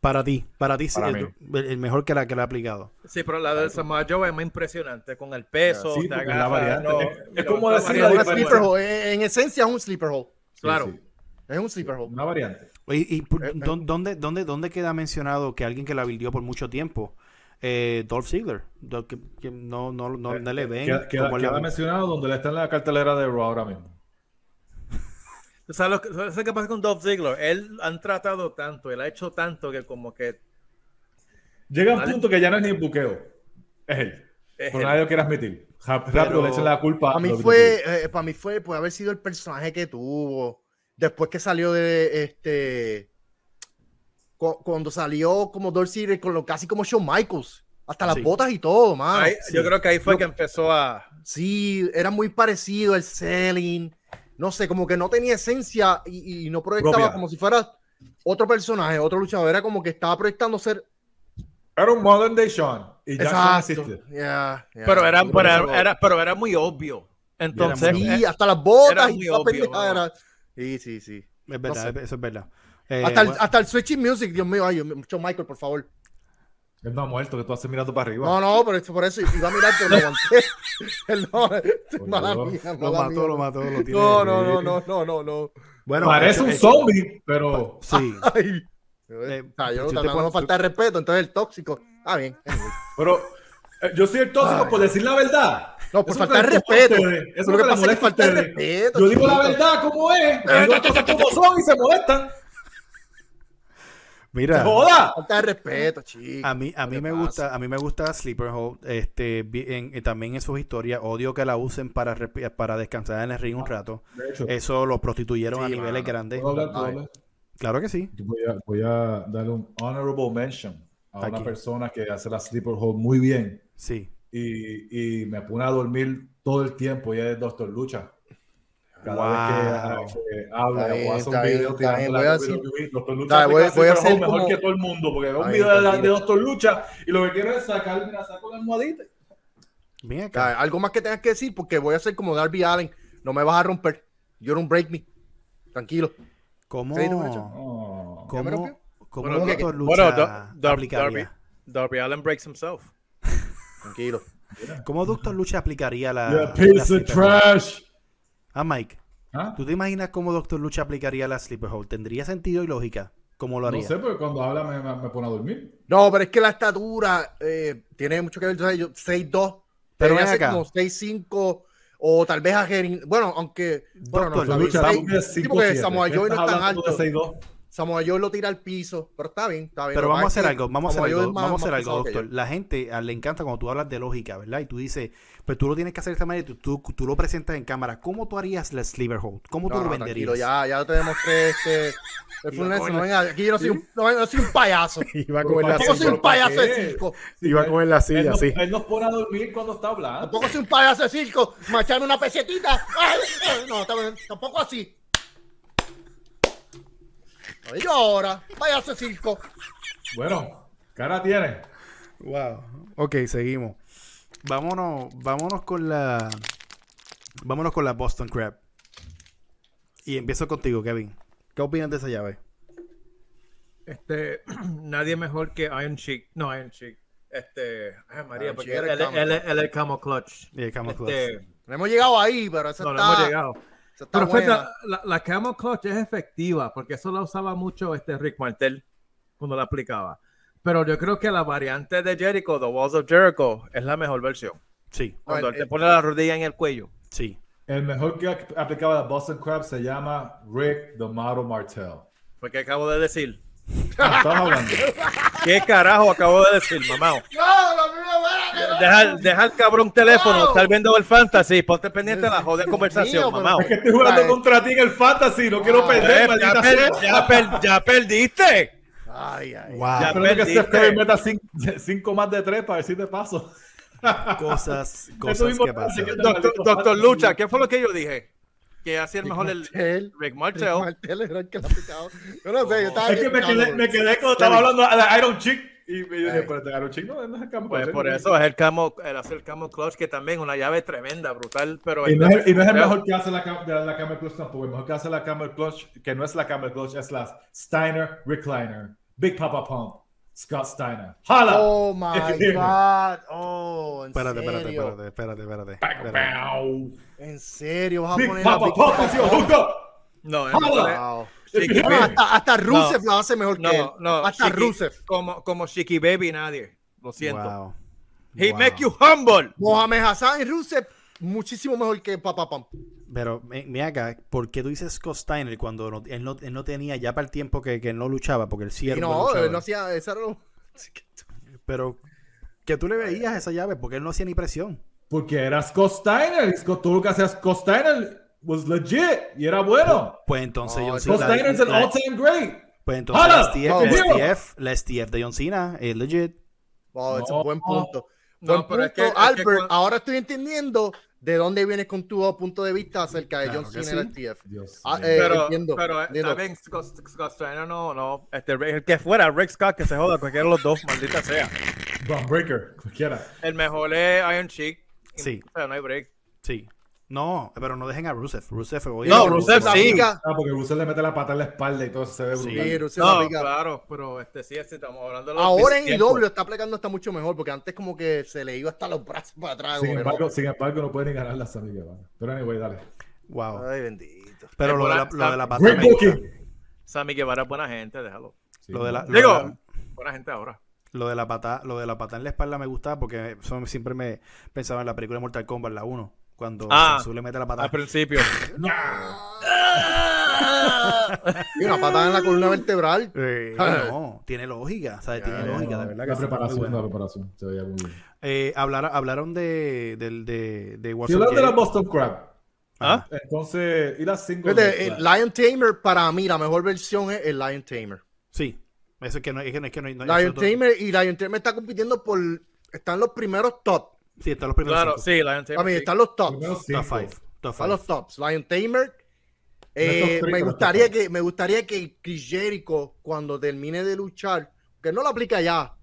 Para ti, para ti sí, Para el, el mejor que la que le ha aplicado. Sí, pero la de Samoa Joe es más impresionante con el peso. Sí, te porque es la agarra, variante. no, Es- es la como otra decir Sí, una variante la es diferencia. sleeper buena. hole. En, en esencia es un sleeper hole. Claro. Sí, sí, Es un sleeper hole. una variante. ¿Y, y por- Eh, eh. dó- dónde, dónde, dónde queda mencionado que alguien que la vivió por mucho tiempo? Eh, Dolph Ziggler. Do- que- que no, no, no, no le ven. Eh, Queda, queda- como la- queda mencionado donde le está en la cartelera de Raw ahora mismo. O sea, lo que, ¿sabes qué pasa con Dolph Ziggler? Él han tratado tanto, él ha hecho tanto que como que Llega un Vale. punto que ya no es ni buqueo. Es él. es Pero él. nadie lo quiere admitir. Rap- Rápido le echan la culpa Para mí WWE. fue, eh, para mí fue, puede haber sido el personaje que tuvo después que salió de este, cu- cuando salió como Dorsey, con lo, casi como Shawn Michaels, hasta las Sí. botas y todo, mano. Ahí- Sí. Yo creo que ahí fue que empezó a... Sí, era muy parecido el selling. No sé, como que no tenía esencia y, y no proyectaba Propia. como si fuera otro personaje, otro luchador. Era como que estaba proyectando ser. Era un Modern Day Sean. Y ya Shawn Exacto. existe. Yeah, yeah. Pero era, Yo pero creo era, era- pero era muy obvio. Entonces, Era muy que- eh, Sí, hasta las botas era y muy toda obvio, pendejada ¿no? era- Sí, sí, sí. Es verdad, no sé. eso es verdad. Eh, hasta, el, bueno, hasta el Switching Music, Dios mío, ay, mucho Michael, por favor. Él no ha muerto, que tú haces mirando para arriba. No, no, pero esto por eso iba a mirar, pero lo aguanté. Perdón, Por mala favor. mía, lo mala mató, mía. lo mató, lo tiene. No, no, no, no, no, no, no. Bueno, Parece eh, un eh, zombie, pero. Sí. Ay. Eh, Ah, yo tú te no pones- no falta de respeto, entonces el tóxico. Ah, bien. pero eh, yo soy el tóxico por decir la verdad. No, por Eso faltar me molesta a respeto. ustedes. Eso Lo que me pasa es que molesta a falta ustedes. respeto, Yo digo la chico. verdad como es. Digo las cosas como son y se molestan. Mira. ¡Joda! Falta de respeto, chico. A mí, a mí ¿Qué me pasa? gusta, a mí me gusta Sleeper Hole, este, vi- en- eh, también en sus historias, odio que la usen para, respi- para descansar en el Ah. ring un rato. De hecho, Eso lo prostituyeron Sí, a niveles mano. grandes. ¿puedo hablar, puedo hablar? Claro que sí. Yo voy a, voy a darle un honorable mention a Aquí. una persona que hace la sleeper hold muy bien Sí. y, y me pone a dormir todo el tiempo y es Doctor Lucha. Cada Wow. vez que, eh, habla Está bien, o hace un está bien, video está bien. tirando Voy a la decir- Doctor Está Lucha bien, voy a- aplica voy a Sleeper Hold hacer mejor como- que todo el mundo porque veo Está un bien, video de, la- de tranquilo. Doctor Lucha y lo que quiero es sacarme la saco la almohadita. Bien Ah, acá. Algo más que tengas que decir, porque voy a ser como Darby Allen. No me vas a romper. You don't break me. Tranquilo. ¿Cómo, Sí, tú, Nacho. Oh. cómo, ¿Ya me rompió? cómo Bueno, Doctor que- Lucha bueno, Do- Dar- aplicaría? Darby Allen breaks himself. Tranquilo. ¿Cómo Doctor Lucha aplicaría la. Yeah, la piece of sleeper trash. hold? Ah, Mike. ¿Ah? ¿Tú te imaginas cómo Doctor Lucha aplicaría la Sleeper Hole? ¿Tendría sentido y lógica? ¿Cómo lo No haría? sé, porque cuando habla me, me- me pone a dormir. No, pero es que la estatura eh, tiene mucho que ver. Entonces, yo 6'2, Pero pero ven hace acá. como 6'5 o tal vez a Gerin. Bueno, aunque. Bueno, Doctor, no, lucha, está bien, vamos seis- sí, porque Samoa Joe no es tan alto. 6'2". Samoa Joe lo tira al piso, pero está bien, está bien. Pero Lo que vamos a pasa es hacer que algo, vamos a Samoa hacer Joe algo, es más- vamos a hacer más algo, pesado que yo. doctor. La gente ah, le encanta cuando tú hablas de lógica, ¿verdad? Y tú dices, pero tú lo tienes que hacer de esta manera y tú, tú- tú lo presentas en cámara. ¿Cómo tú harías la Sleeper Hold? ¿Cómo tú No, lo no, venderías? tranquilo, ya, ya te demostré este. El full Nelson, no venga, aquí yo no soy un, no, yo no soy un payaso. Iba a coger la Tampoco soy silla. un payaso de ¿Para qué? circo. Iba a coger la Él silla, nos- sí. Él nos pone a dormir cuando está hablando. Tampoco soy un payaso de circo. Macharme una pesetita. Ay, ay, no, tam- tampoco así. Ay, yo ahora, payaso de circo. Bueno, cara tiene. Wow. Ok, seguimos. Vámonos, vámonos con la. Vámonos con la Boston Crab. Y empiezo contigo, Kevin. ¿Qué opinas de esa llave? Este, nadie mejor que Iron Chick. No, Iron Chick. Este, ay, María, Iron porque Sheik él era el él- Camo él- él es el Camo Clutch. Y el Camel Clutch. Este, No hemos llegado ahí, pero esa no, no está, hemos llegado. esa está Pero fue buena. la, la, la Camel Clutch es efectiva porque eso la usaba mucho este Rick Martel cuando la aplicaba. Pero yo creo que la variante de Jericho, The Walls of Jericho, es la mejor versión. Sí, Cuando Bueno, él te eh, pone la rodilla en el cuello. sí. El mejor que ha- aplicaba la Boston Crab se llama Rick the Model Martel. Porque acabo de decir. Estamos hablando. ¿Qué carajo acabo de decir, mamá? No, no, no, no, no, no. Deja, deja el cabrón teléfono, estar viendo el fantasy, ponte pendiente de la joder Dios conversación, mío, mamá. pero- Es que estoy jugando Vale. contra ti en el fantasy. No quiero Eh, perder, ya, maldita per- sea. ya per- ya perdiste. Ay, ay. Wow. Ya Espero que este perdiste. jueves meta 5 más de 3 para decir de paso. Cosas, Eso cosas mismo que pasan. que- Doctor, doctor Lucha, ¿qué fue lo que yo dije? Que hacía el mejor el Martel. Rick Rick Martel. Martel era el que la picaba. Yo no sé, yo estaba Es que me bien quedé, cabrón. me quedé cuando estaba hablando a la Iron Chick. Y me dije, pero este Iron Chick no, no es el campo. Pues por eso es el camo, el hacer el camo clutch, que también una llave tremenda, brutal, pero Y no, es, y no es el pero- mejor que hace la, cam- de la Camel Clutch tampoco. El mejor que hace la Camel Clutch, que no es la Camel Clutch, es la Steiner Recliner. Big Papa Pump. Scott Steiner. ¡Hala! Oh my god. Oh, en Espérate, serio. espérate, espérate, espérate, espérate. espérate. Pow. En serio, vas a Big poner la Papa Big Pump Papa is your Pump? hookup. No, es ¡Hala! mejor- Wow. Chiqui No, Baby. hasta, hasta Rusev lo hace mejor que él. No, no, hasta Chiqui- Rusev. Como, como Chiqui Baby, nadie. Lo siento. Wow. He Wow. make you humble. Mohamed Hassan y Rusev, muchísimo mejor que Papá Pam. Pero me, me acá, ¿por qué tú dices Scott Steiner cuando no- él, no, él no tenía ya para el tiempo que, que él no luchaba? Porque él sí Y era un buen no, luchador. él no hacía. Esa ah, era lo- Pero que tú le veías esa llave porque él no hacía ni presión. Porque era Scott Steiner. y Scott, todo lo que hacía Scott Steiner was legit. Y era bueno. Pues entonces John Scott Cena- Steiner es an la- all-time great. Pues entonces ¡Hala! la STF, No, bueno. la STF, la STF de John Cena es legit. Wow, Oh, ese es No. un buen punto. No, Buen pero es punto, que- es que Albert. ah, cuan- Ahora estoy entendiendo de dónde vienes con tu punto de vista acerca de Claro John que Cena y sí. STF. Dios Ah, mío. eh, pero, entiendo, pero eh, entiendo. está bien, Scott, Scott Steiner no, no. Este, el que fuera, Rick Scott, que se joda, cualquiera de los dos, maldita sea. eh. Von Breaker, cualquiera. El mejor es Iron Chick. Sí. O sea, no hay break. Sí. No, pero no dejen a Rusev. Rusev hoy No, es- Rusev La sí. pica- Ah, porque Russell le mete la pata en la espalda y todo eso se ve brutal. Sí, Rusev la No, pica. claro, pero este sí, sí, estamos hablando de los Ahora en tiempos. IW está aplicando hasta mucho mejor, porque antes como que se le iba hasta los brazos para atrás. Sin como que embargo, sin embargo, no puede ni ganar la Sammy Guevara. Pero anyway, dale. no. Wow. Ay, bendito. Pero lo de la, lo de la pata Great me gusta. booking. Sammy Guevara es buena gente, déjalo. Sí, Lo de la, lo de la- Digo, buena gente ahora. Lo de la pata, lo de la pata en la espalda me gustaba porque eso siempre me pensaba en la película de Mortal Kombat, la 1, cuando Ah. Sensu le mete la pata. Al principio. Y una patada en la columna vertebral. Eh, no, tiene lógica, ¿sabes? tiene No, lógica, no, de verdad que la sí, muy preparación, bueno. la preparación. Se veía muy bien. Eh, hablar- hablaron de, del de, de Si What's Up hablas de la Jericho. Boston Crab, ¿Ah? entonces, y las cinco. eh, Fíjate, el Lion Tamer, para mí, la mejor versión es el Lion Tamer. Sí, eso es que no es que no, es que no, hay- no hay- Lion eso- Tamer y Lion Tamer está compitiendo por. Están los primeros top. Sí, están los primeros Claro, cinco. sí, la gente. Para mí, sí. están los tops. Primero cinco. Top five, top Están five. los tops. Lion Tamer. eh, top three, me, pero gustaría top que, me gustaría que Chris Jericho, cuando termine de luchar, que no lo aplica ya.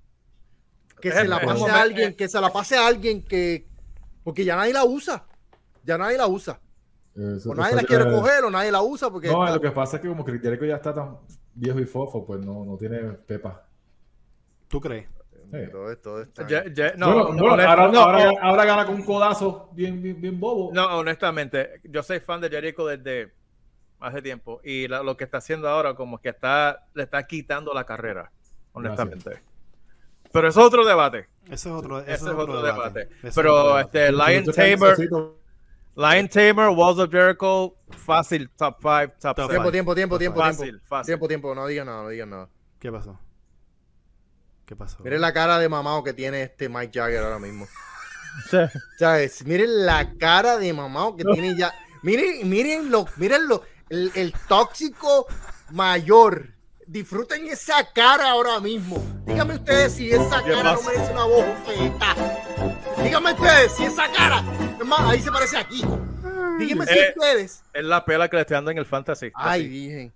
Que se Es- la es pase momen- a alguien, que se la pase a alguien que. Porque ya nadie la usa. Ya nadie la usa. Eso- O Pues nadie eso- la quiere eh, coger o nadie la usa porque. No, está- lo que pasa es que como Criterico ya está tan viejo y fofo, pues no, no tiene pepa. ¿Tú crees? Sí. Todo esto todo está- Ya- ya- no, No, bueno, no, bueno, honest- ahora, no, eh. ahora- ahora gana con un codazo bien, bien, bien bobo. No, honestamente, yo soy fan de Jericho desde hace tiempo y la- lo que está haciendo ahora como que está le está quitando la carrera, honestamente. Pero es otro debate, Ese es otro, ese ese es otro debate. Ese es otro Pero debate. este Lion Entonces, está Tamer, necesito- Lion Tamer, Walls of Jericho, fácil, top 5, top Top 7. Tiempo, tiempo, tiempo, tiempo, tiempo. Fácil, fácil. Tiempo, tiempo, no digan nada, no digan nada. ¿Qué pasó? ¿Qué pasó? Miren la cara de mamado que tiene este Mike Jagger ahora mismo. ¿Sabes? Miren la cara de mamado que tiene ya. Miren, miren lo, miren lo, el, el tóxico mayor. Disfruten esa cara ahora mismo. Díganme ustedes si esa cara no pasa? merece una voz feta. Díganme ustedes si esa cara. Es más, ahí se parece aquí. Díganme si Eh. ustedes. Es la pela que le estoy dando en el fantasy. Ay, Así. virgen.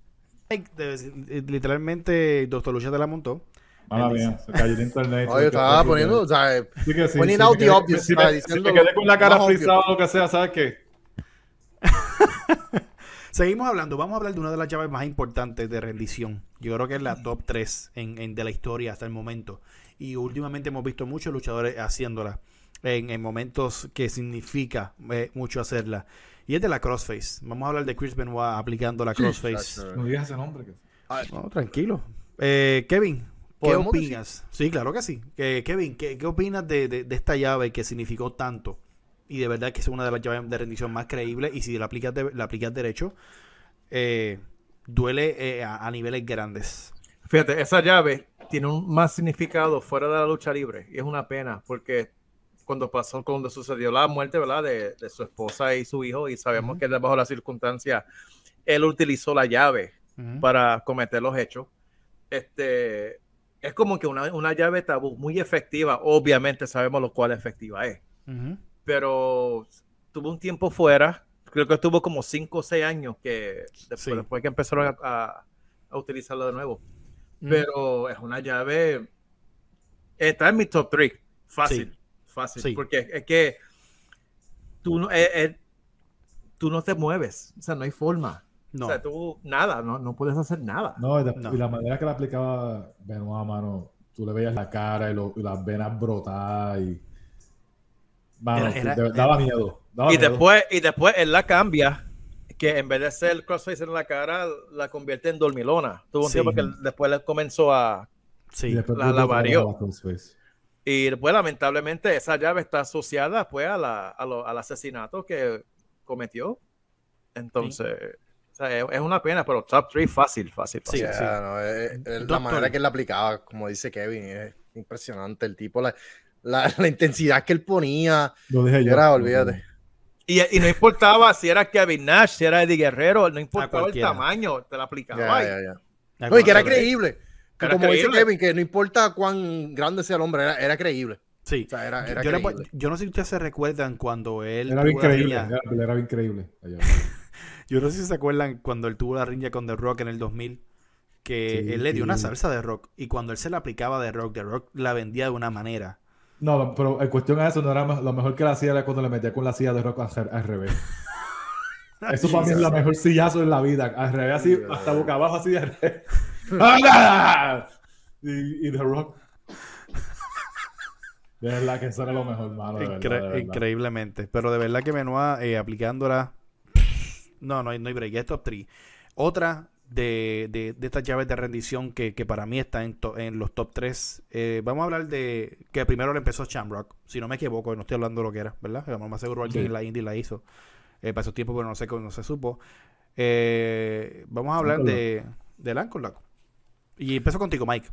Mike, de- eh, literalmente, Doctor Lucha te la montó. Mala mía, Ah, se cayó el internet. Ay, yo estaba poniendo, o sea, Sí que sí, poniendo sí, me out the quedé- obvious, si me- estaba si me diciendo quedé lo con la cara más obvio. frisada o lo que sea, ¿sabes qué? Seguimos hablando, vamos a hablar de una de las llaves más importantes de rendición. Yo creo que es la top 3 en, en- de la historia hasta el momento. Y últimamente hemos visto muchos luchadores haciéndola en, en momentos que significa eh, mucho hacerla. Y es de la crossface. Vamos a hablar de Chris Benoit aplicando la crossface. No digas ese nombre. que- No, tranquilo. Eh, Kevin, ¿qué ¿Podemos opinas? Sí, claro que sí. Eh, Kevin, ¿qué, qué opinas de, de- de esta llave que significó tanto? Y de verdad que es una de las llaves de rendición más creíbles. Y si la aplicas, de- la aplicas derecho, eh, duele eh, a, a niveles grandes. Fíjate, esa llave tiene un más significado fuera de la lucha libre y es una pena porque cuando pasó, cuando sucedió la muerte, ¿verdad? De, de su esposa y su hijo y sabemos que bajo las circunstancias él utilizó la llave para cometer los hechos. Este es como que una, una llave tabú muy efectiva, obviamente sabemos lo cual efectiva es, Ujú. pero tuvo un tiempo fuera, creo que estuvo como 5 o 6 años que después, Sí. después que empezaron a, a- a utilizarlo de nuevo Mm. pero es una llave. Está en mi top 3. Fácil, fácil. Sí. Porque es- es que tú no, eh, eh, tú no te mueves. O sea, no hay forma. No. O sea, tú nada, no, no puedes hacer nada. No, y, de- No. y la manera que la aplicaba Benoit a mano, tú le veías la cara y, lo- y las venas brotadas y. Mano, Era- era- de- daba miedo. daba Ah, y, miedo. después, y después él la cambia. Que en vez de ser crossface en la cara, la convierte en dormilona. Tuvo un Sí. tiempo que él- después le comenzó a. Sí. Y después la- tú- la tú- varió. la crossface. Y después, pues, lamentablemente, esa llave está asociada pues, a la- a lo- al asesinato que cometió. Entonces, o sea, es, es una pena, pero top 3 fácil, fácil. Sí, fácil. Ya, sí. no, eh, eh, la Doctor. manera que él la aplicaba, como dice Kevin, es impresionante el tipo, la, la- la intensidad que él ponía. Lo dije yo. Era, olvídate. Y, y no importaba si era Kevin Nash, si era Eddie Guerrero, no importaba el cualquiera. tamaño, te la Ya, aplicaba. y- ya, ya. No, y que era creíble. Que Era como dice creíble. Kevin, que no importa cuán grande sea el hombre, era, era creíble. Sí. O sea, era, era Yo, le- creíble. yo no sé si ustedes se recuerdan cuando él. Era bien tuvo la creíble. riña- Era, era bien creíble. la llave. Yo no sé si se acuerdan cuando él tuvo la riña con The Rock en el 2000, que Sí, él le dio sí. una salsa de Rock y cuando él se la aplicaba de Rock, The Rock la vendía de una manera. No, pero en cuestión a eso, no era me- lo mejor que la hacía era cuando le metía con la silla de rock al, al revés. Eso para mí es la mejor sillazo en la vida. Al revés, así, hasta boca abajo, así de revés. ¡Anda! Y, y The Rock. De verdad que eso era lo mejor, mano. de verdad, Incre- de verdad. Increíblemente. Pero de verdad que Benoit eh, aplicándola. No, no, hay- no hay break. Es top 3. Otra de, de- de estas llaves de rendición que, que para mí está en, to- en los top 3. vamos a hablar de que primero le empezó Shamrock. Si no me equivoco, no estoy hablando de lo que era, ¿verdad? Vamos más seguro alguien Sí. en la Indy la hizo. Eh, pasó tiempo, pero no sé cómo no se supo. Eh, vamos a hablar de, del Anchor Lock. Y empiezo contigo, Mike.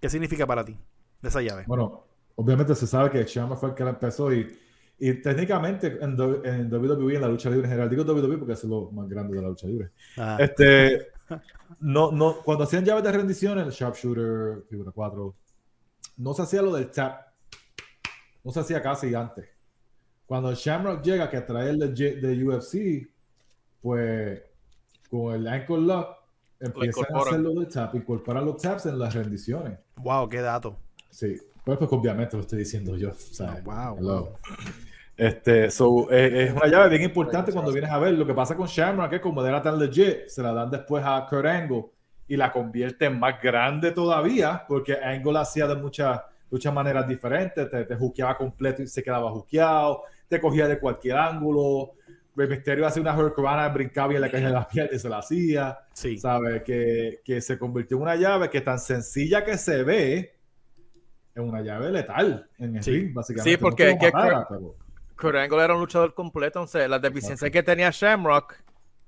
¿Qué significa para ti esa llave? Bueno, obviamente se sabe que Shamrock fue el que la empezó y, y técnicamente en, do- en WWE, en la lucha libre en general, digo WWE porque eso es lo más grande de la lucha libre. Ah. Este, no, no, cuando hacían llaves de rendición, el sharpshooter, figura 4, no se hacía lo del tap. No se hacía casi antes. Cuando Shamrock llega, que trae el de, J- de UFC, pues con el ankle lock empiezan a incorporan. hacer lo del tap, incorporan los taps en las rendiciones. Wow, qué dato. Sí, pues, pues obviamente lo estoy diciendo yo. o sea, No, wow, hello. wow. Este, so, eh, es una llave bien importante cuando vienes a ver. Lo que pasa con Shamrock es como era tan legit, se la dan después a Kurt Angle y la convierte en más grande todavía, porque Angle la hacía de muchas, muchas maneras diferentes, te, te juqueaba completo y se quedaba juqueado, te cogía de cualquier ángulo, el misterio hacía una huracana, brincaba y en la calle de la piel y se la hacía, Sí. ¿sabes? Que, que se convirtió en una llave que tan sencilla que se ve, es una llave letal en el Sí. ring, básicamente. Sí, porque es que es que- Kurt Angle era un luchador completo, entonces las deficiencias que tenía Shamrock,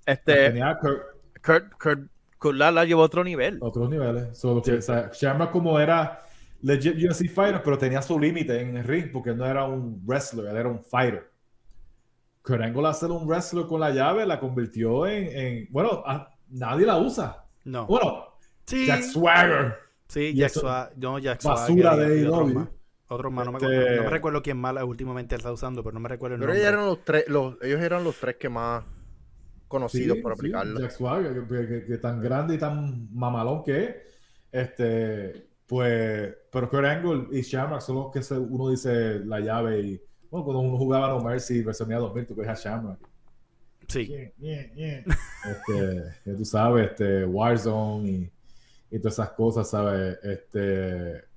este, tenía Kurt- Kurt, Kurt, Kurt la, la llevó a otro nivel. otros niveles. Solo que, o sea, Shamrock como era legit UFC fighter, pero tenía su límite en el ring porque él no era un wrestler, él era un fighter. Kurt Angle al ser un wrestler con la llave la convirtió en, en- bueno, a- nadie la usa. No. Bueno, Sí, Jack Swagger. sí, y Jack eso- Swagger. No, Jack Basura Swagger y- de y otros AEW. más. Otros más, no me, Este- acuerdo- no me recuerdo quién más últimamente está usando, pero no me recuerdo el Pero nombre. ellos eran los tres, los, ellos eran los tres que más conocidos Sí, por sí, aplicarla. Jack Swagger, que, que- que tan grande y tan mamalón que es. Este, pues, pero Kurt Angle y Shamrock son los que se- uno dice la llave y, bueno, cuando uno jugaba No Mercy, WrestleMania 2000, tú cogías a Shamrock. Sí, Yeah, yeah, yeah. Este, ya tú sabes, este, Warzone y, y todas esas cosas, ¿sabes? Este,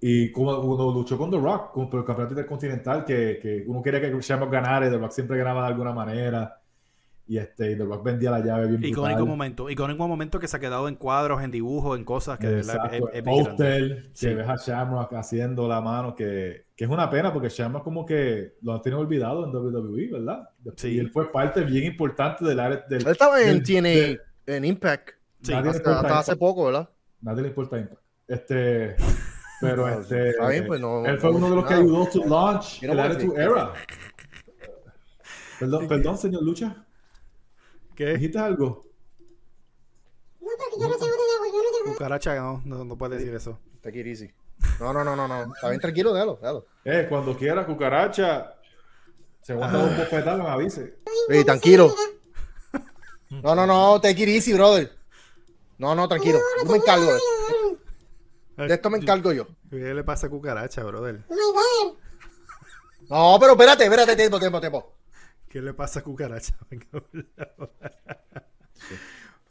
y como uno luchó con The Rock, con, por el campeonato intercontinental, que, que uno quería que Shamrock ganara y The Rock siempre ganaba de alguna manera. Y, este, y The Rock vendía la llave bien brutal. icónico momento. Icónico momento que se ha quedado en cuadros, en dibujos, en cosas que de verdad Exacto, es- es bien grande. Poster, que Sí. ves a Shamrock haciendo la mano, que, que es una pena porque Shamrock como que lo han tenido olvidado en WWE, ¿verdad? Sí. Y él fue parte bien importante del área del... Él estaba en, del- Ah, tiene, en Impact Sí, nadie le hasta, importa hasta eso. hace poco, ¿verdad? nadie le importa Impact. Este, pero Ah, este, está bien, pues, no- él fue no uno de los que nada. pues, ayudó to launch Yo no el voy a Attitude decir. Era. Perdón, perdón, señor Lucha, ¿Qué? dijiste algo. Cucaracha, no, no, no puede decir eso. Te quiero easy. No, no, no, no, no. Está bien tranquilo, déjalo, déjalo. Eh, cuando quiera, cucaracha, se va a Ah. dar un bofetado, me avise. Ey, tranquilo. No, no, no, te quiero easy, brother. No, no, tranquilo. Yo me encargo de esto. De esto me encargo yo. ¿Qué le pasa a Cucaracha, brother? No, pero espérate, espérate, tiempo, tiempo, tiempo. ¿Qué le pasa a Cucaracha?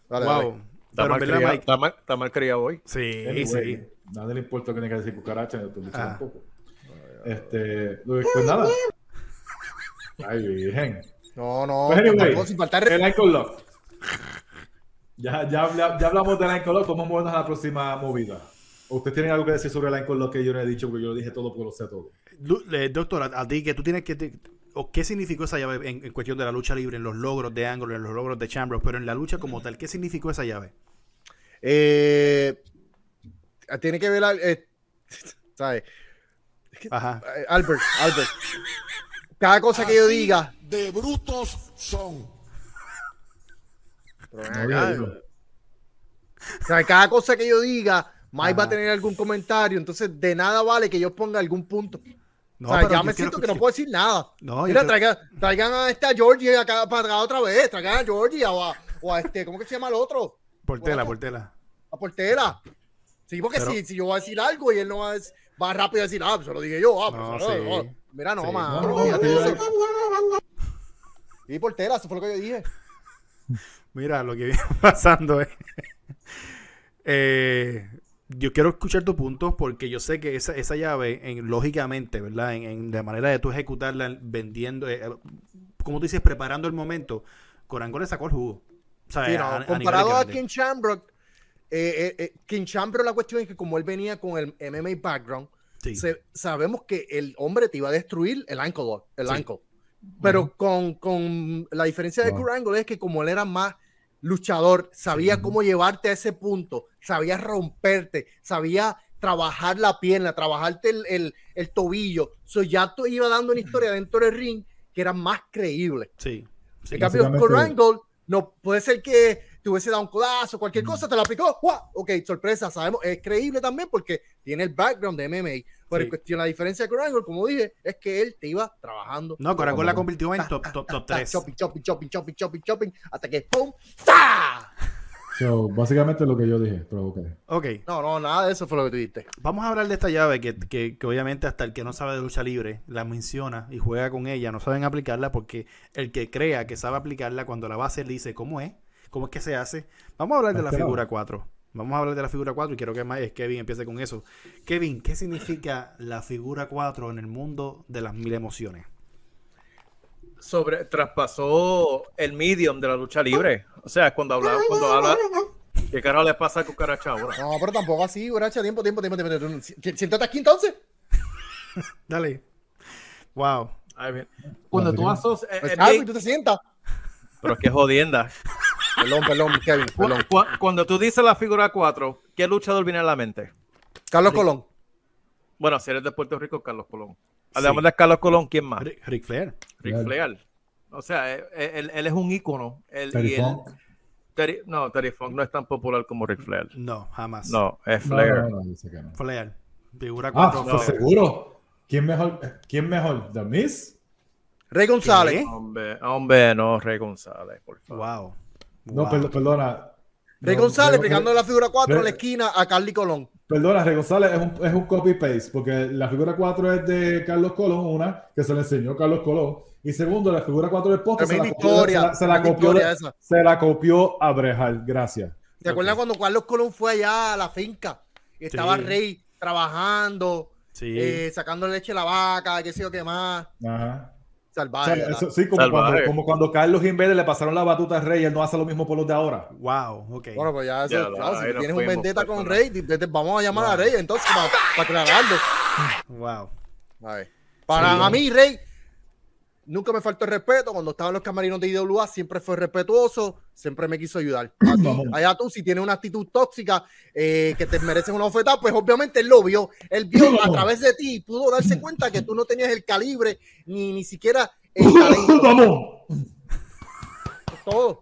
Dale, dale. wow. Está Pero mal, en verdad, criado, Mike- está mal- está mal criado hoy. Sí, Anyway, sí. Nadie le importa que tenga que decir cucaracha, yo te lo Ah. un poco. Este, lo- pues nada. Ay, virgen. No, no. Pues anyway, tampoco, sin faltar re- El Ankle Lock. Ya, ya, habla- ya hablamos del Ankle Lock, vamos a movernos a la próxima movida. ¿Ustedes tienen algo que decir sobre el Ankle Lock que yo no he dicho? Porque yo lo dije todo porque lo sé todo. Lu- eh, doctor, a, a ti que tú tienes que... te- o ¿Qué significó esa llave en, en cuestión de la lucha libre, en los logros de Angle, en los logros de Chambros, pero en la lucha como tal, ¿qué significó esa llave? Eh, tiene que ver al- eh, ¿sabes? Ajá. Eh, Albert, Albert. Cada cosa que yo diga. De brutos son. Pero No ven había acá, ido. O sea, cada cosa que yo diga, Mike Ajá. va a tener algún comentario, entonces de nada vale que yo ponga algún punto. No, o sea, pero ya yo me quiero siento que no escuchar- puedo decir nada. No, yo Mira, quiero- traigan, traigan a esta Georgie acá para acá otra vez, traigan a Georgie o a, o a este, ¿cómo que se llama el otro? Portela, Borracho. portela. A Portela. Sí, porque Pero- si, si yo voy a decir algo y él no va a dec- va rápido a decir, ah, pues se lo dije yo, ah, pues, No, ah, sí. ah. mira, no, Sí. ma, No, no, olvídate de no, eso. Y Portela, eso fue lo que yo dije. Mira, lo que viene pasando es... Eh, yo quiero escuchar tus puntos porque yo sé que esa, esa llave, en, lógicamente, ¿verdad? En, en la manera de tú ejecutarla, vendiendo, eh, eh, como tú dices, preparando el momento, Corango le sacó el jugo. O sea, Sí, a- no, a- a nivel comparado a grande. King Shamrock, eh, eh, eh, King Shamrock la cuestión es que como él venía con el MMA background, Sí. se- sabemos que el hombre te iba a destruir el ankle lock, el Sí. ankle. Pero con, con la diferencia de Wow. Kurt Angle es que como él era más luchador, sabía cómo llevarte a ese punto, sabía romperte, sabía trabajar la pierna, trabajarte el, el- el tobillo. So ya tú iba dando una historia dentro del ring que era más creíble. Sí. sí. En cambio, Básicamente- Kurt Angle, no puede ser que te hubiese dado un codazo, cualquier cosa, te la aplicó. ¡guau! Ok, sorpresa, sabemos, es creíble también porque tiene el background de MMA. Pero Sí. en cuestión, la diferencia de Kurt Angle, como dije, es que él te iba trabajando. No, Corango la convirtió en Ta, top, ta, top, ta, top ta, 3. Chopping, chopping, chopping, chopping, chopping, chopping, hasta que ¡pum! ¡ta! So, básicamente lo que yo dije, pero ok. Ok, No, no, nada de eso fue lo que tú dijiste. vamos a hablar de esta llave que, que- que obviamente hasta el que no sabe de lucha libre la menciona y juega con ella, no saben aplicarla porque el que crea que sabe aplicarla cuando la base le dice cómo es, cómo es que se hace. Vamos a hablar de la Este lado. figura 4. Vamos a hablar de la figura 4 y quiero que Ma- Kevin empiece con eso. Kevin, ¿qué significa la figura 4 en el mundo de las mil emociones? sobre traspasó el medium de la lucha libre. O sea, cuando habla, cuando habla, ¿qué carajo le pasa a cucaracha ahora? No, pero tampoco así, Guracha. Tiempo, tiempo, tiempo, tiempo. tiempo. Si- Siéntate aquí entonces. Dale. Wow. Ay, bien. Cuando tú asos, eh, Pues, el ah, big- y tú te sientas. pero es que jodienda. Perdón, perdón, Kevin, Cu- perdón. cu- Cuando tú dices la figura 4, ¿qué luchador viene a la mente? Carlos Colón. Bueno, si eres de Puerto Rico, Carlos Colón. Además de Carlos Colón, ¿quién más? Ric, Ric Flair. Ric Flair. O sea, él, él- él es un ícono. Él, Terry y él- Funk. Terry- no, Terry Funk no es tan popular como Ric Flair. No, jamás. No, es No, Flair. no, no, yo sé que no. Flair. Figura Ah, 4. pues seguro. ¿Quién mejor? eh, ¿Quién mejor? ¿The Miz? Rey González. ¿Qué? Hombre, hombre, no, Rey González, por favor. Wow. No, Wow. perdo- perdona. Rey No, González Rey- pegando la figura 4 en la Rey- esquina a Carly Colón. Perdona, Rey González es un, es un copy-paste, porque la figura 4 es de Carlos Colón, una, que se le enseñó Carlos Colón, y segundo, la figura 4 del poste se la, Tremenda copió, historia, se la- se la tremenda copió, historia esa. se la copió a Brejal, gracias. ¿Te acuerdas cuando Carlos Colón fue allá a la finca? Y estaba Sí. Rey trabajando, Sí. eh, sacando leche a la vaca, qué sé yo qué más. Ajá. O sea, Salvaje. ¿verdad? eso- sí, como Salvaje. cuando, como cuando Carlos Jiménez le pasaron la batuta a Rey, él no hace lo mismo por los de ahora. Wow, ok. Bueno, pues ya eso, Ya, claro, si ahí nos tienes un fuimos, vendetta con personal. Rey, te- te- vamos a llamar a Rey entonces para, aclararlo. Wow. A ver. Para Sí, a mí, Rey, nunca me faltó el respeto. Cuando estaba en los camarinos de IWA, siempre fue respetuoso, siempre me quiso ayudar. A ti, allá tú, si tienes una actitud tóxica eh, que te mereces una oferta, pues obviamente él lo vio. Él vio a través de ti y pudo darse cuenta que tú no tenías el calibre ni, ni siquiera el talento. Eso es todo.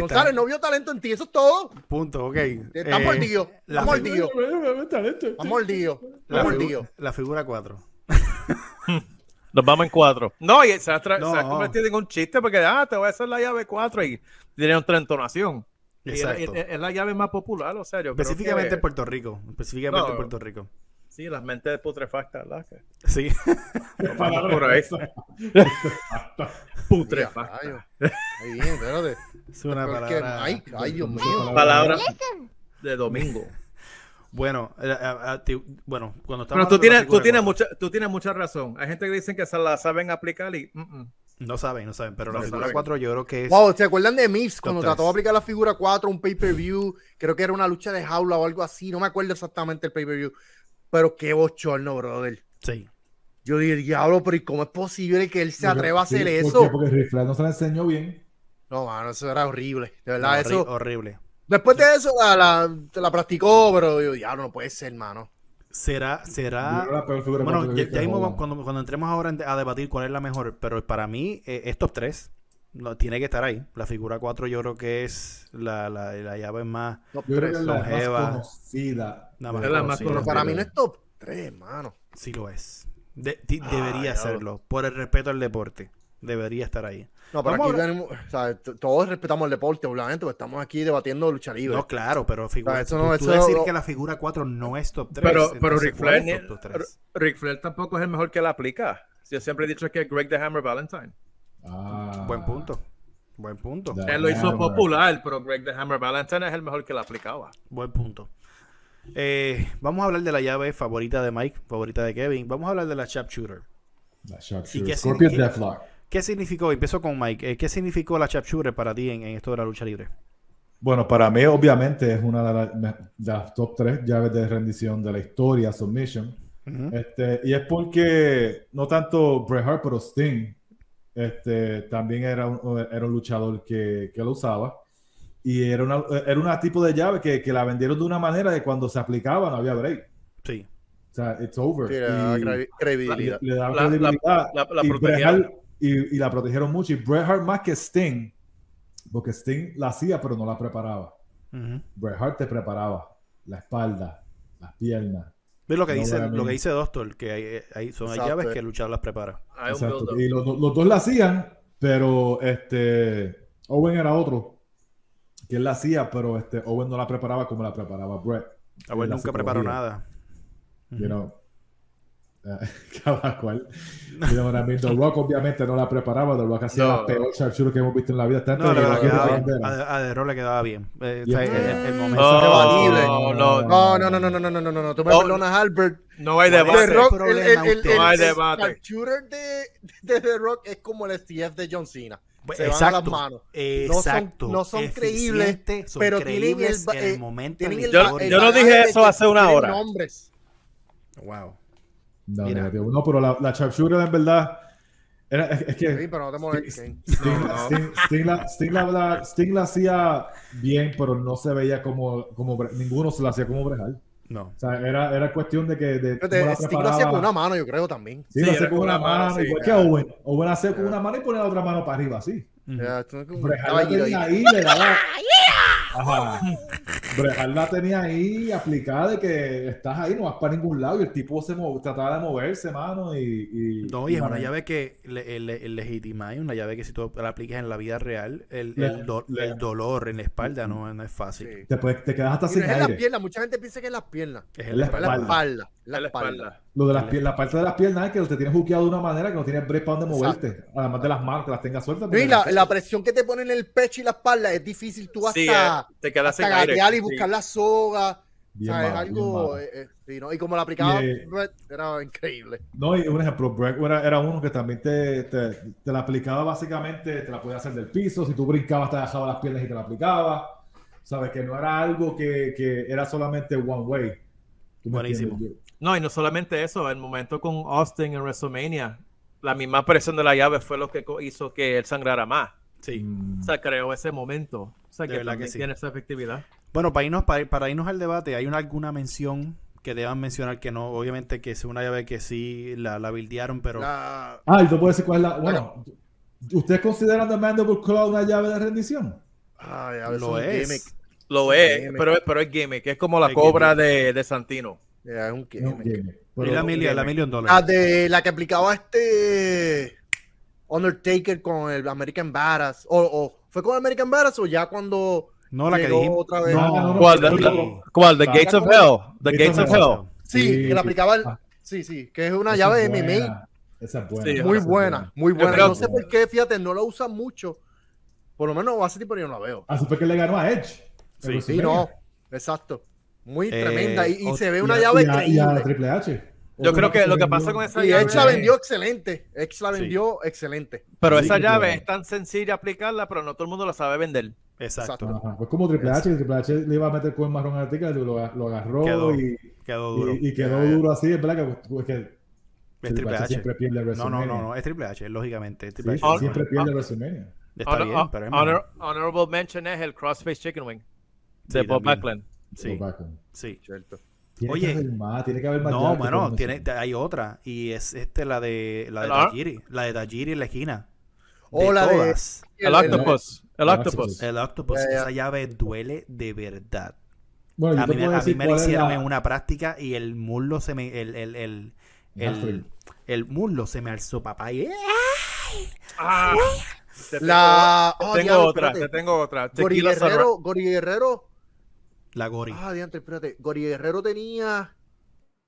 Está- González no vio talento en ti, eso es todo. Punto, ok. Está Eh, mordido, la está mordido, está Vamos mordido, La, está figu- mordido. la figura 4. Nos vamos en cuatro. No, y se ha, tra- No. se ha convertido en un chiste porque, ah, te voy a hacer la llave cuatro y tiene otra entonación. Y es la- Exacto. es- es la llave más popular, o sea, yo creo Específicamente que- en Puerto Rico. Específicamente en No. Puerto Rico. Sí, las mentes putrefactas, ¿verdad? Que- Sí. por ahí. Mira, rayos. Ahí viene, espérate. Es una Pero es que, palabra. ay, ay, Dios mío. Palabra de domingo. Bueno, eh, a- a ti- bueno, cuando estamos Bueno, tú hablando de la tienes, tú, figura tienes cuatro- mucha, tú tienes mucha razón. Hay gente que dicen que se la saben aplicar y... mm, mm. No saben, no saben, pero la No figura saben. 4 yo creo que es. Wow, ¿se acuerdan de Miss cuando Top tres. trató de aplicar la figura 4, un pay-per-view? Creo que era una lucha de jaula o algo así, no me acuerdo exactamente el pay-per-view. Pero qué bochorno, brother. Sí. Yo dije, diablo, pero ¿y cómo es posible que él se atreva a hacer ¿por eso? qué? Porque Ric Flair no se la enseñó bien. No, mano, eso era horrible. De verdad, Horri- eso. Horrible. Después de eso la, la, la practicó, pero yo, diablo, no puede ser, mano. Será, Ah. Yo creo que será. la peor figura Bueno, cuatro que ya, he visto ya en mismo Holland. vamos- cuando, cuando entremos ahora en- a debatir cuál es la mejor, pero para mí eh, es top 3. No, tiene que estar ahí. La figura 4 yo creo que es la, la, la llave más. Top Yo creo que tres. es la más longeva. conocida. Nada más de Es la más conocida. Pero para mí no Pero- es top 3, mano. Sí lo es. De- ti- Ah, debería ya. serlo. Por el respeto al deporte. Debería estar ahí. No, pero Vamos aquí a tenemos, o sea, t- todos respetamos el deporte, obviamente, pero estamos aquí debatiendo lucha libre. No, claro, pero Ah, figura, eso tú- no, tú eso decir no- que la figura 4 no es top 3. Pero, pero Ric Flair, ni- top R- 3. Ric Flair tampoco es el mejor que la aplica. Yo siempre he dicho que Greg the Hammer Valentine. Ah. Buen punto. Buen punto. Ya. Él lo hizo Hammer. popular, pero Greg the Hammer Valentine es el mejor que la aplicaba. Buen punto. Eh, vamos a hablar de la llave favorita de Mike, favorita de Kevin. Vamos a hablar de la sharpshooter. La ¿Y qué Sharpshooter. Scorpio significa? Deathlock. ¿Qué significó? Empiezo con Mike. Eh, ¿Qué significó la sharpshooter para ti en, en esto de la lucha libre? Bueno, para mí obviamente es una de las, de las top tres llaves de rendición de la historia, Submission. Este, y es porque no tanto Bret Hart, pero Sting este, también era un, era un luchador que, que lo usaba. Y era una, era una tipo de llave que, que la vendieron de una manera de cuando se aplicaba no había break. Sí. O sea, it's over. Sí, le da Y- crevi- credibilidad. le daban La- la- Ah, credibilidad la- la y, Bret protegieron. Hart- y- y la protegieron mucho. Y Bret Hart más que Sting, porque Sting la hacía, pero no la preparaba. Ujú. Bret Hart te preparaba la espalda, las piernas. ¿Ves lo que No, dice, para mí. lo que dice Doctor? Que hay, eh, hay- son hay Exacto. llaves que el luchador las prepara. Hay un Exacto. build-up. Y los, do- los dos la hacían, pero este Owen era otro que él la hacía, pero este Owen no la preparaba como la preparaba Bret. A ver, La nunca preparó psicología, nada. you know. Eh, Cada cual. tiene un herramienta. The Rock obviamente no la preparaba. The Rock hacía No. la peor sharpshooter que hemos visto en la vida. Está No, entre le los equipos quedaba de bien. bandera. A, a The Rock le quedaba bien. Eh, Yeah. o sea, el- el momento- No, debatible. No, no, no, No, no, no, no, no, no, no, no, no. Tú me No, perdonas, Albert. no hay The The debate. Rock- Rock, el, el, el, el, No hay el, debate. el shooter de, de The Rock es como el STF de John Cena. Pues, Se van a las exacto. manos. Exacto. No son- no son Eficientes, creíbles, son pero tienen creíbles el- en el eh, momento. Tienen en la el- Yo- el historia. yo no dije bagaje de eso que hace una tienen hora. Nombres. Wow. No, Mira. negativo. No, pero la, la sharpshooter en verdad. Era, es, es Sí, que pero no te molestes. Sting, No, no. Sting- Sting la, Sting la- la- Sting la hacía bien, pero no se veía como, como Bre- ninguno se la hacía como Brejal. No. O sea, era, era cuestión de que de cómo Fíjate, la Sting lo hacía preparaba. con una mano, yo creo también. Sí, lo Sí, hacía era con una mano, pues, sí, igual claro. que Owen. Owen hacía con Claro. una mano y ponía la otra mano para arriba, así. Ya, tú- como- Brejal Mm, estaba la ahí, ahí. tenía ahí, le daba. Ajá. Brejal la tenía ahí aplicada de que estás ahí, no vas para ningún lado. Y el tipo se mo- trataba de moverse, mano. Y, y, No, y es una mane- llave que le, el, el legitimize, una llave que si tú la aplicas en la vida real, el, Le- el do- le- el dolor en la espalda no, no es Sí. fácil. Te, puedes- te quedas hasta Y no sin es en las aire. piernas, mucha gente piensa que es las piernas. Es Es Pero la es la Espalda. espalda. La En la espalda. espalda. Lo de las pier- la parte de las piernas es que te tienes juqueado de una manera que no tienes break para donde moverte. Además de las manos, que las tengas sueltas. No, y porque la, la presión que te pone en el pecho y la espalda es difícil tú hasta, Sí, eh, te quedas hasta sin aire. gatear y Sí. buscar la soga. Bien ¿sabes? malo, bien Algo. malo. eh, eh, sí, ¿no? Y como la aplicaba, Y, eh, Brett, era increíble. No, y un ejemplo, Breck era, era uno que también te, te, te la aplicaba básicamente, te la podía hacer del piso, si tú brincabas te dejaba las piernas y te la aplicaba, sabes que no era algo que, que era solamente one way. ¿Tú me Buenísimo. entiendes? No, y no solamente eso, el momento con Austin en WrestleMania, la misma presión de la llave fue lo que co- hizo que él sangrara más. Sí. Mm. O sea, creó ese momento. O sea, De que verdad también que sí. tiene esa efectividad. Bueno, para irnos, para, para irnos al debate, ¿hay una, alguna mención que deban mencionar que no? Obviamente que es una llave que sí la, la bildearon, pero La- Ah, y tú puedes decir cuál es la... Bueno, ¿ustedes consideran The Mandible Claw una llave de rendición? ay, a veces Lo un es. gimmick. Lo Sí, es, gimmick. pero, pero es gimmick, es como la Es cobra de, de Santino. Ya, es un Es un gimmick. gimmick, y pero- la, mili- la million La dólares. de la que aplicaba este Undertaker con el American Badass. O, o- fue con American Badass o ya cuando No la que llegó dijimos. otra vez. No, Ah, no, no, ¿Cuál? no, The- no, la- ¿Cuál? The Ah, Gates of ¿cómo Hell. The Gates Gates of of Hell. Sí, Sí, que la sí. aplicaba el- Ah. Sí, sí, que es una esa llave es de MMA buena, Esa es buena. Sí, esa muy es buena, muy buena. creo No sé que- por qué, fíjate, no la usan mucho. Por lo menos hace tiempo yo no la veo. Así fue Ah, que le ganó a Edge. Sí, Sí, no, exacto. Muy Eh, tremenda. Y, y ot- se ve Y una a- llave y a- y a increíble. Triple H. Yo creo que lo que pasa Vendió- con esa Y llave. Edge la vendió excelente. Edge la vendió excelente. Pero Sí, esa pero- llave es tan sencilla aplicarla, pero no todo el mundo la sabe vender. Exacto. Exacto. Ajá, Fue como Triple H, que Triple H le iba a meter con el marrón a Artica, lo, aga- lo agarró Quedó y, Quedó duro. y, y quedó duro así. Es verdad que, pues, que es Triple H. siempre pierde el No, no, no, no, es Triple H, lógicamente. es Triple Sí, H. Ahora- siempre pierde el WrestleMania. Está Honor- bien, hon- pero es honor- mejor. honorable mention es el Crossface Chicken Wing Sí, de Bob también. Backlund. Sí, Por Bacon. sí. Tiene Oye. que haber más, tiene que haber más. No, llaves que bueno, tenemos. tiene, hay otra. Y es este, la de la de ¿El ar- Tajiri. La de Tajiri en la esquina. O la de- todas. El Octopus. El el Octopus. El Octopus, Ya, ya. esa llave duele de verdad. Bueno, yo A te mí, me- puedo a decir mí me cuál lo es hicieron la- en una práctica y el muslo se me. El, el, el, el, Alfred. el muslo se me alzó, papá. Y, ¡eh! Ah, te tengo- La. te oh, tengo diablo, otra, te espérate. tengo otra. Gori Tequila Guerrero, Gori Guerrero. La Gori. Ah, diantre, espérate. Gori Guerrero tenía.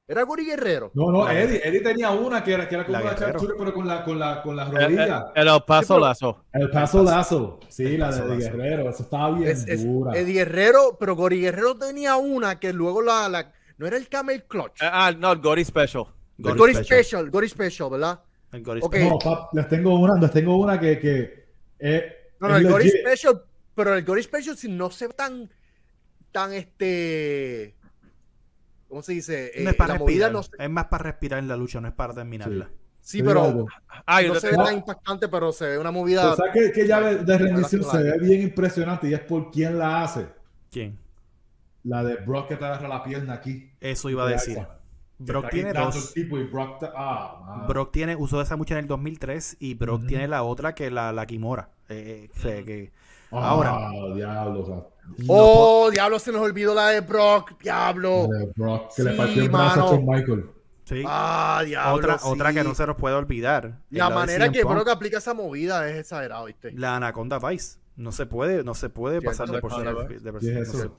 ¿Era Gori Guerrero? No, no, La- Eddie, Eddie tenía una que era, que era como La una Guerrero. chachura, pero con la, con la, con las Serra- El, rodillas. el- el Paso Lazo. El paso lazo, sí, El la paso de lazo. Guerrero, eso estaba bien Es, es dura. Eddie Guerrero, pero Gori Guerrero tenía una que luego la. la- no era el Camel Clutch. Ah, ah, no, el Gory Special. el Gori Special, Gori Special, ¿verdad? El Gori Ok. Special. No, pap, les tengo una, les tengo una que, que eh, No, no, es el Gory legit. Special, pero el Gory Special si no se ve tan, tan este, ¿cómo se dice? Eh, No es para la movida respirar. no se- Es más para respirar en la lucha, no es para terminarla. sí, Te digo pero algo. Ah, yo no te se ve tengo- tan impactante, pero se ve una movida. Pero ¿Sabes qué, qué llave de rendición Hablas se claro. ve bien impresionante y es por quién la hace? ¿Quién? La de Brock que te agarra la pierna aquí. Eso iba a decir. Brock tiene dos. Tipo y Brock te- ah, man. Brock tiene, usó esa mucha en el 2003 y Brock Ujú. tiene la otra que la, la Kimora. Eh, eh, o sea, que Ah, ahora. diablo, o sea, no po- Oh, diablo, se nos olvidó la de Brock, diablo. la de Brock que le Sí, partió el brazo a mano. Shawn Michael. sí. Ah, diablo. otra, sí. otra que no se nos puede olvidar. es La de manera CM que Punk. Brock aplica esa movida es exagerada, ¿viste? La Anaconda Vice. No se puede, no se puede Cierto, pasar de por Anaconda de por- Sí, no eso. se-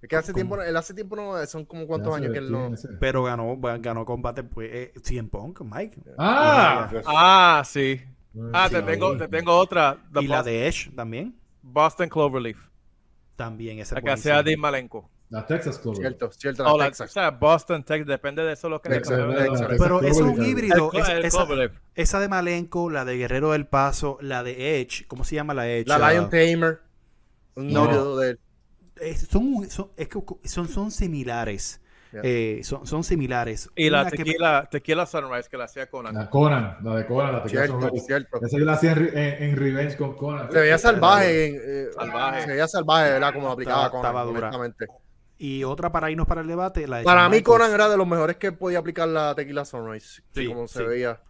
Es que hace ¿Cómo? tiempo, no- él hace tiempo no, son como cuántos años que él no. Pero ganó, ganó combate pues, eh, CM Punk, Mike. Eh, Ah, Ah, sí. Ah, te, Sí. tengo, te tengo otra. The y la Bos- de Edge también. Boston Cloverleaf. También esa La es que hacía buenísima. Dean Malenko. la Texas Club. Cierto, cierto, O la la- o Texas. sea, Boston, Texas, depende de eso lo que le Texas, cambiaron. Texas. El- Pero eso Esa es un Cloverleaf. híbrido. el es- esa, Cloverleaf. esa de Malenko, la de Guerrero del Paso, la de Edge. ¿Cómo se llama la de Edge? La Lion Tamer. Un No. híbrido de él. Es- son, un- son, es que son, son similares. Ya. Eh, son, son similares. Y la Una que- tequila, tequila Sunrise que la hacía con La Conan, la de Conan, la Texas Cierto, Club. cierto. Esa yo la hacía en, Re- en- en Revenge con Conan. Se veía salvaje. en- eh, Salvaje. Se veía salvaje, ¿verdad? Como lo aplicaba Estaba- estaba Conan, dura. honestamente. Y otra para irnos para el debate. La de Para Shawn mí, Michaels. Conan era de los mejores que podía aplicar la tequila Sunrise. Sí, Sí, como se sí. veía.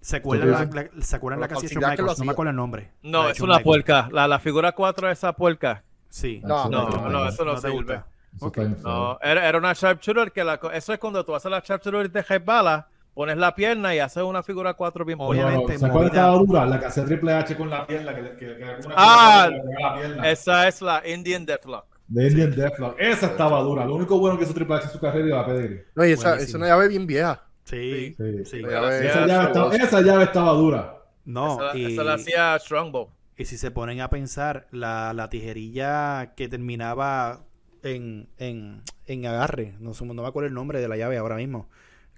¿Se acuerdan, la, la- ¿se acuerdan la Pero que hacía considerar Shawn que lo Michaels? No me hacía. acuerdo el nombre. No, La de es Shawn una Michaels. puerca. La, la figura 4 esa puerca. Sí. No, No, Ah, Eso no, está eso no, No te sirve. gusta. Eso está bien No, feo. era, era una sharpshooter que la co- eso es cuando tú haces la sharpshooter de Hezbollah, pones la pierna y haces una figura 4 bien No, no, buena. Obviamente, no, ¿Se acuerdan de movida. la dura? La que hacía Triple H con la pierna. Que, le- que, que alguna Ah, cosa le pegaba la pierna. Esa es la Indian Deathlock. De Indian Deathlock. Esa estaba dura. Lo único bueno que hizo Triple H en su carrera y la pedir. No, y esa, Buenísimo. es una llave bien vieja. Sí, Sí. sí. Una llave- Sí, Esa, Ya, llave sí, estaba, esa llave estaba dura. No, esa, Oh, y, esa la hacía Strongbow. y si se ponen a pensar, la, la tijerilla que terminaba en, en, en agarre, no, sé, no me acuerdo el nombre de la llave ahora mismo,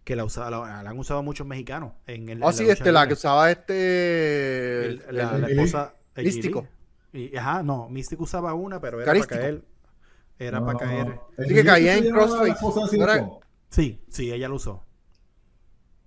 que la, usaba, la, la han usado muchos mexicanos. En el, Ah, en sí, lucha este, la libre. que usaba este. El- la, el- la esposa el Místico. Gili. Y- ajá, no, Místico usaba una, pero era Carístico. para caer. Era para caer. El Sí, que caía en Gil se llamaba crossface. la cosa de No era- Silicon. Sí, sí, ella lo usó.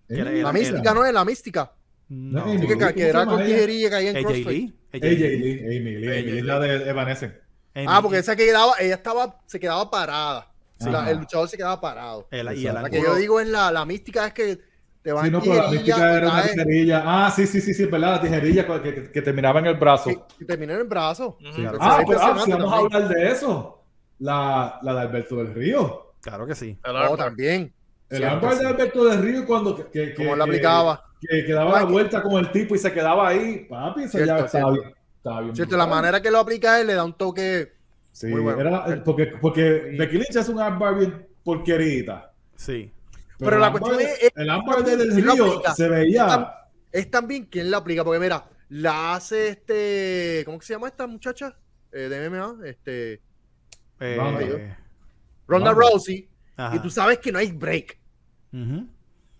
¿Eh? era- era- la mística, ¿no es? La mística. No, Amy Sí, que, ca- ¿Cómo que se era llama con ella? tijería y caía en AJ crossfit. Lee. AJ AJ Lee. Lee, Amy Lee, Amy Lee, la de Evanescent. Amy Ah, porque Lee. esa que quedaba, ella estaba, se quedaba parada. Sí, la- Ajá. Eh, el luchador se quedaba parado. El- y el la ángulo- que yo digo es la, la mística es que te van Sí, no, pero la mística era E. una tijerilla. Ah, sí, sí, sí, sí, verdad, la tijerilla que- que, que, terminaba en el brazo. y terminó en el brazo. Ujú. Pero se Ah, ve pero ah, si impresionante vamos a también. hablar de eso. La, la de Alberto del Río. Claro que sí. El Oh, armbar. también. pues, El Cierto, árbol sí. de Alberto del Río cuando que, que, que- Como la que- aplicaba. Que, que daba Ah, la que- vuelta con el tipo y se quedaba ahí. Papi, esa Cierto, llave estaba cierto. bien. estaba bien Cierto, la brutal. manera que lo aplica él le da un toque. Sí, Muy bueno. era, eh, porque, porque Becky Lynch es un árbol bien porquerita. Sí. Pero la el árbol- cuestión es- El árbol de del si lo Río aplica, se veía. tam- Es también quien la aplica, porque mira, la hace este. ¿Cómo que se llama esta muchacha? Eh, de MMA. Este, Eh, Vamos, yo. Ronda Vamos. Rousey. ajá. Y tú sabes que no hay break. Ujú.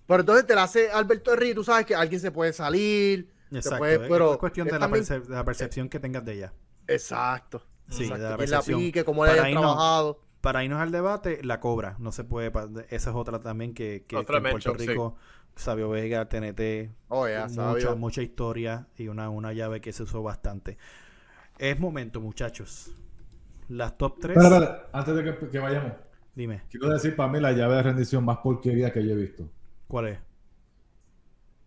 Pero entonces te la hace Alberto Herrera y tú sabes que alguien se puede salir. Exacto. puedes, es- pero es cuestión de es la, también- percep- de la percepción que tengas de ella. Exacto. Sí, exacto. de la Quien la percepción. aplique, cómo le Para hayan ahí no. trabajado. Para irnos al debate, la cobra. No se puede. pa- Esa es otra también que, que- Otra que en Puerto matchup, sí. Rico, Sabio Vega, TNT, Oh, ya, mucha, sabio. mucha historia y una, una llave que se usó bastante. Es momento, muchachos. Las top 3. Espera, Pues, espera, antes de que, que vayamos, Dime, quiero decir para mí la llave de rendición más porquería que yo he visto. ¿cuál es?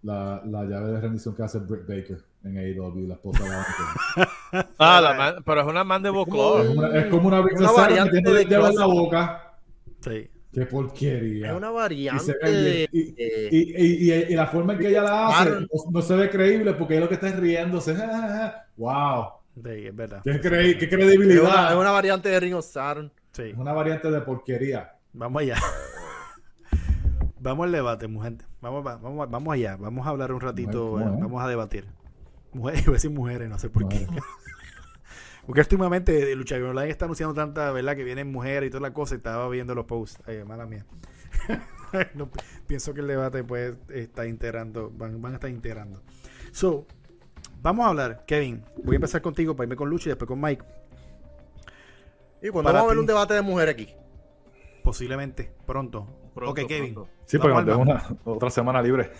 La, la llave de rendición que hace Britt Baker en AEW, la esposa de Adam Cole. Ah, la man- pero es una mandible claw. Es como una- Es como una Big Sarah Oh, variante metiendo de el dedo en la Cross. boca. Sí. Qué porquería. Es una Y, se variante ve de. bien. Y- de- y- y- y- y la forma en que ella la hace Claro. no, no se ve creíble porque es lo que está es riéndose. ¡Wow! Sí, es verdad. ¡Qué, creí- qué es, credibilidad! una, es una variante de Ring of Saturn. Sí. Es una variante de porquería. Vamos allá. vamos al debate, mujer. Vamos, va- vamos, vamos allá. Vamos a hablar un ratito. Mujer, ¿cómo eh, es? Vamos a debatir. Mujeres, iba a decir mujeres, no sé por qué. Madre. Porque últimamente de Lucha Libre Online está anunciando tanta, ¿verdad? Que vienen mujeres y toda la cosa. y Estaba viendo los posts. Ay, mala mía. No, pi- pienso que el debate pues está integrando. Van, van a estar integrando. So, vamos a hablar, Kevin. Voy a empezar contigo para irme con Lucha y después con Mike. Y cuando Para vamos a ver ti. un debate de mujeres aquí. Posiblemente, pronto. Pronto, ok, Kevin. pronto. Sí, pero Vamos tengo al una, otra semana libre.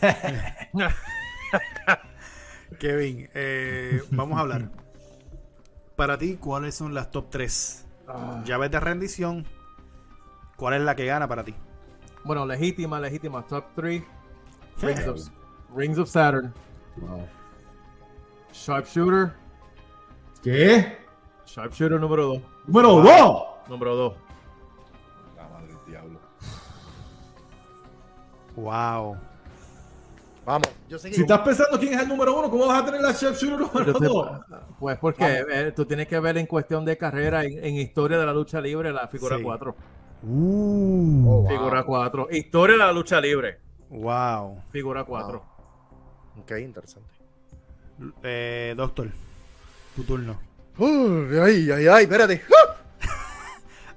Kevin, eh, vamos a hablar. Para ti, ¿cuáles son las top 3 Ah. llaves de rendición? ¿Cuál es la que gana para ti? Bueno, legítima, legítima. Top 3. Rings of, Rings of Saturn. Wow. Sharpshooter. ¿Qué? Sharpshooter número 2. ¡Número dos! Número 2. Wow. Vamos. Yo sé que Si estás pensando quién es el número uno, ¿cómo vas a tener la Chef Shooter número Yo sé- dos? pues porque eh, tú tienes que ver en cuestión de carrera, en, en historia de la lucha libre, la figura Sí. 4. Uh, Wow. Figura 4. Historia de la lucha libre. wow. Figura 4. Ok, interesante. Eh, doctor, tu turno. Uy, ay, ay, ay, espérate.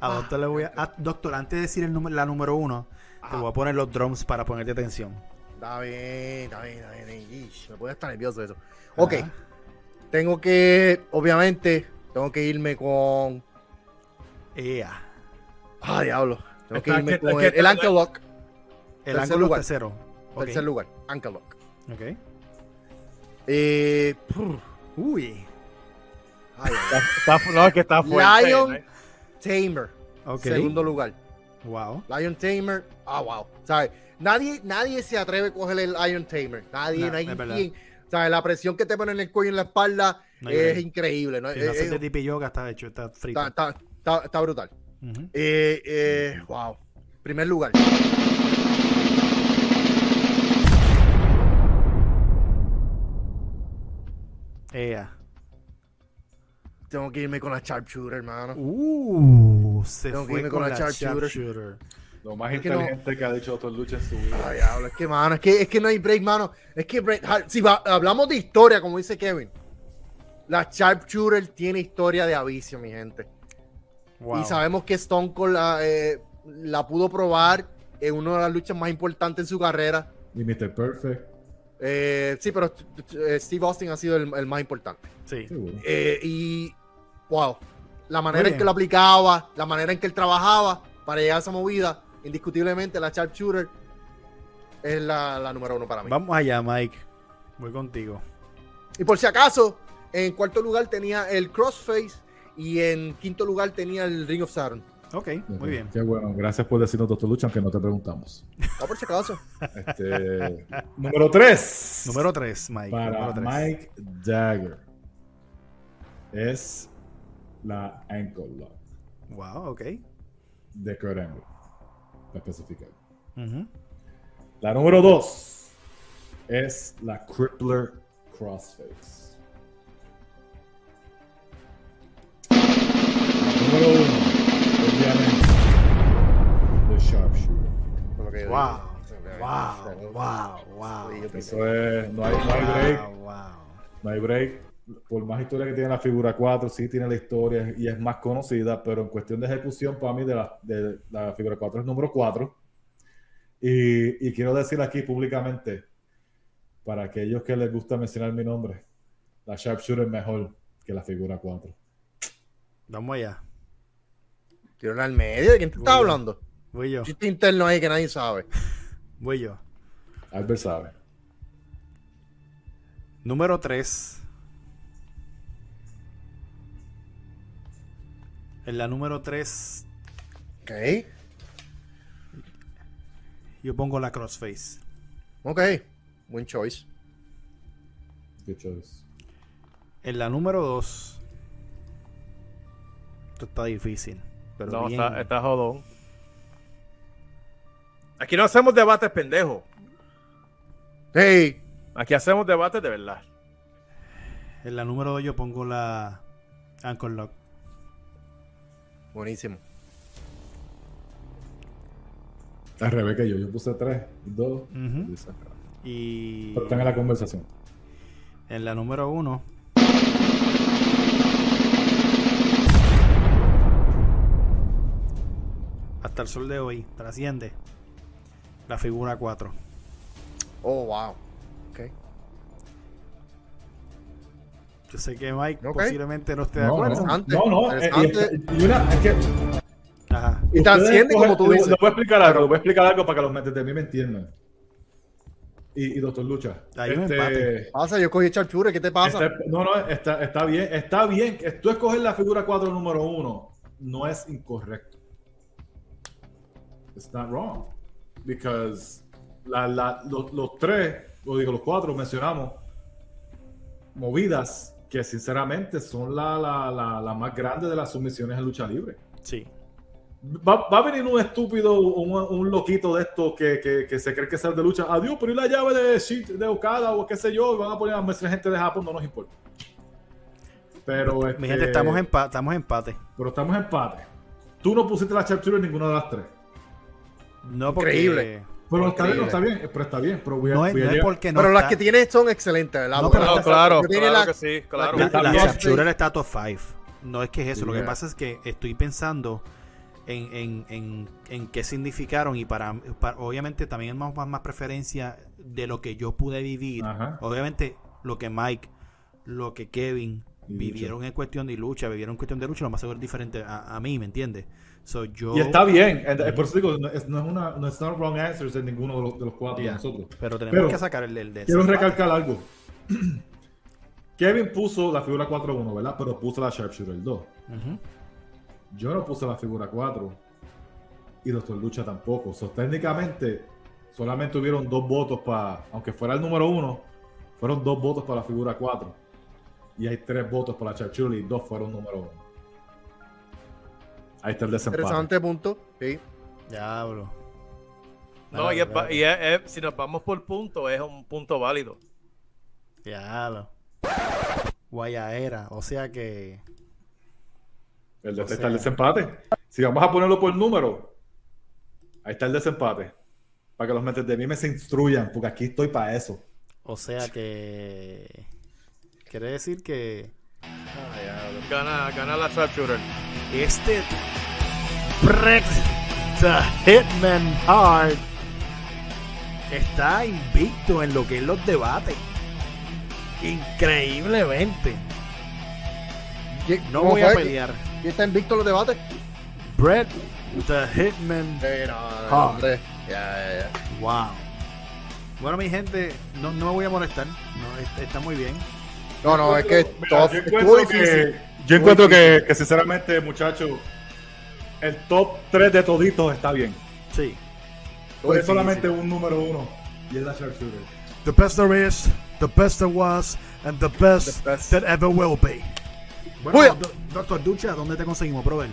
¡Ah! A doctor le voy a. ah, doctor, antes de decir el número, la número uno, te Ajá. voy a poner los drums para ponerte atención. Está bien, está bien, está bien. Ish, me puede estar nervioso eso. Ok, Ajá. tengo que, obviamente, tengo que irme con. Ea. Ah, diablo. Tengo que Está- irme está- con está- el, el Ankle Lock. El Tercer ángulo lugar. tercero. Ok, Tercer lugar, Ankle Lock. ok. Eh, puf, Uy. ay, Está, no, es que está fuerte. Lion ¿eh? Tamer, Ok. segundo lugar. Wow. Lion Tamer, ah, wow. ¿Sabes? Nadie, nadie se atreve a coger el Lion Tamer. Nadie, No, no hay es verdad. quien. ¿Sabes? La presión que te ponen en el cuello y en la espalda No hay es break. increíble. ¿no? Si Eh, no haces eh, de tipi yoga, está hecho, está frito. está, está- está- está brutal. Ujú. Eh, eh, wow. Primer lugar. Ea. Tengo que irme con la sharpshooter, hermano. Uh, se Tengo que fue irme con, la con la sharpshooter. sharpshooter. Lo más Es que no. inteligente que ha dicho Doctor Lucha en su vida. Ay, diablo, es que, mano, es que, es que no hay break, mano. Es que Bret Hart- si va- hablamos de historia, como dice Kevin, la sharpshooter tiene historia de avicio, mi gente. Wow. Y sabemos que Stone Cold la, eh, la pudo probar en una de las luchas más importantes en su carrera. Y Mr. Perfect. Eh, sí, pero eh, Steve Austin ha sido el, el más importante. Sí. seguro. Eh, y, wow, la manera Muy en bien. que lo aplicaba, la manera en que él trabajaba para llegar a esa movida, indiscutiblemente la sharpshooter es la, la número uno para mí. Vamos allá, Mike. Voy contigo. Y por si acaso, en cuarto lugar tenía el Crossface y en quinto lugar tenía el Ring of Saturn. Ok, muy bien. Qué bueno. Gracias por decirnos Doctor Lucha, aunque no te preguntamos. Ah, por si acaso. Este, número 3. Número 3, Mike. Para número tres. Mike Dagger. Es la ankle lock Wow, ok. de Kurt Angle. Para especificar. Ujú. La número 2 es la Crippler Crossface. La número 1, obviamente, The Sharpshooter. Por lo que yo Wow. digo. Wow, wow, wow. Sí, yo pienso. Eso es, no hay, no hay break, Wow, wow. no hay break. Por más historia que tiene la figura 4, sí tiene la historia y es más conocida, pero en cuestión de ejecución, para mí, de la, de la figura 4 es número 4. Y, y quiero decir aquí públicamente, para aquellos que les gusta mencionar mi nombre, la Sharpshooter es mejor que la figura 4. Vamos allá. Tiró al medio. ¿De quién te estás Muy bien. hablando? Voy yo. Chiste interno ahí que nadie sabe. Voy yo. Albert sabe. Número 3. En la número 3 Ok. yo pongo la crossface. Ok. Buen choice. Good choice. En la número 2. Esto está difícil. Pero No, bien. está, está jodón. Aquí no hacemos debates pendejos. Hey. Aquí hacemos debates de verdad. En la número 2 yo pongo la Anchor Lock. Buenísimo. Al revés que yo, yo puse 3, 2. Ujú. Y Pero están en la conversación. en la número 1. Hasta el sol de hoy. Trasciende. La figura 4. Oh, wow. Ok. Yo sé que Mike Ok. posiblemente no esté de No, acuerdo. no, Interesante, no, no, eh, y interesante. es- y una- es que Ajá. Y te Ustedes asciende cogen- como tú le- dices. Le voy a explicar algo, le voy a explicar algo para que los mentes de mí me entiendan. Y, y doctor Lucha. Hay un empate. Pasa, yo cogí Charchure. ¿Qué te pasa? está- no, no, está, está bien, está bien. Es- Tú escoger la figura 4 número 1 no es incorrecto. It's not wrong. Because la- la- los, los tres, o digo los cuatro, mencionamos movidas que sinceramente son la, la- la- la más grande de las sumisiones en lucha libre. Sí. Va, va a venir un estúpido, un, un loquito de estos que, que, que se cree que es de lucha. Adiós, pero y la llave de, Shin- de Okada o qué sé yo. Van a poner a nuestra gente de Japón, no nos importa. Pero, Mi este, gente, estamos en, pa- estamos en empate. pero estamos en empate. Tú no pusiste la captura en ninguna de las tres. No porque, Increíble. Pero está bien, Increíble. no está bien, pero está bien. Pero voy a, No es, voy a no es llegar- porque no pero las está- que tienes son excelentes, ¿verdad? No, Porque pero- Claro, la- claro, yo tenía claro la- que sí, claro. La, Está la bien. Sapchura era está top 5. No es que es eso. Lo que Yeah. pasa es que estoy pensando en, en, en, en qué significaron y para, para- obviamente también más, más, más preferencia de lo que yo pude vivir. Ajá. Obviamente lo que Mike, lo que Kevin Y lucha. vivieron en cuestión de lucha, vivieron en cuestión de lucha, lo más seguro es diferente a, a mí, ¿me entiendes? So, yo, Y está bien. And- eh, Por eso digo, no es, no es una no es not wrong answers de ninguno de los, de los cuatro Yeah. de nosotros. pero tenemos pero que sacar el, el de Quiero recalcar algo. Kevin puso la figura 4-1, ¿verdad? Pero puso la Sharpshooter 2. Ujú. Yo no puse la figura 4. Y Doctor Lucha tampoco. So, técnicamente, solamente hubieron dos votos para. Aunque fuera el número 1, fueron dos votos para la figura 4. Y hay tres votos para la Sharpshooter y dos fueron número 1. Ahí está el desempate. Interesante punto. Sí. Diablo. No, y, es va- y es- es- si nos vamos por punto, es un punto válido. Diablo. Guayaera. O sea que. El, O está sea- el desempate. Si vamos a ponerlo por número, ahí está el desempate. Para que los mentes de mí me se instruyan, porque aquí estoy para eso. O sea que. Quiere decir que. Gana, gana la Sharpshooter. Este. Brett the Hitman Hard está invicto en lo que es los debates. Increíblemente. No ¿Cómo voy a fue? pelear. ¿Y está invicto en los debates? Brett the Hitman Ah. Era, hombre. Wow. Bueno, mi gente, no, no me voy a molestar. No, es- está muy bien. No, no, es que Mira, todo yo estuvo encuentro, difícil. que, yo encuentro que, que sinceramente, muchachos, el top 3 de toditos está bien. Sí. Pero Pues es sí, solamente sí. un número uno. Y es la Sharpshooter. The best there is, the best there was, and the best, The best. that ever will be. Voy a- Bueno, do- doctor Ducha, ¿dónde te conseguimos, Proven?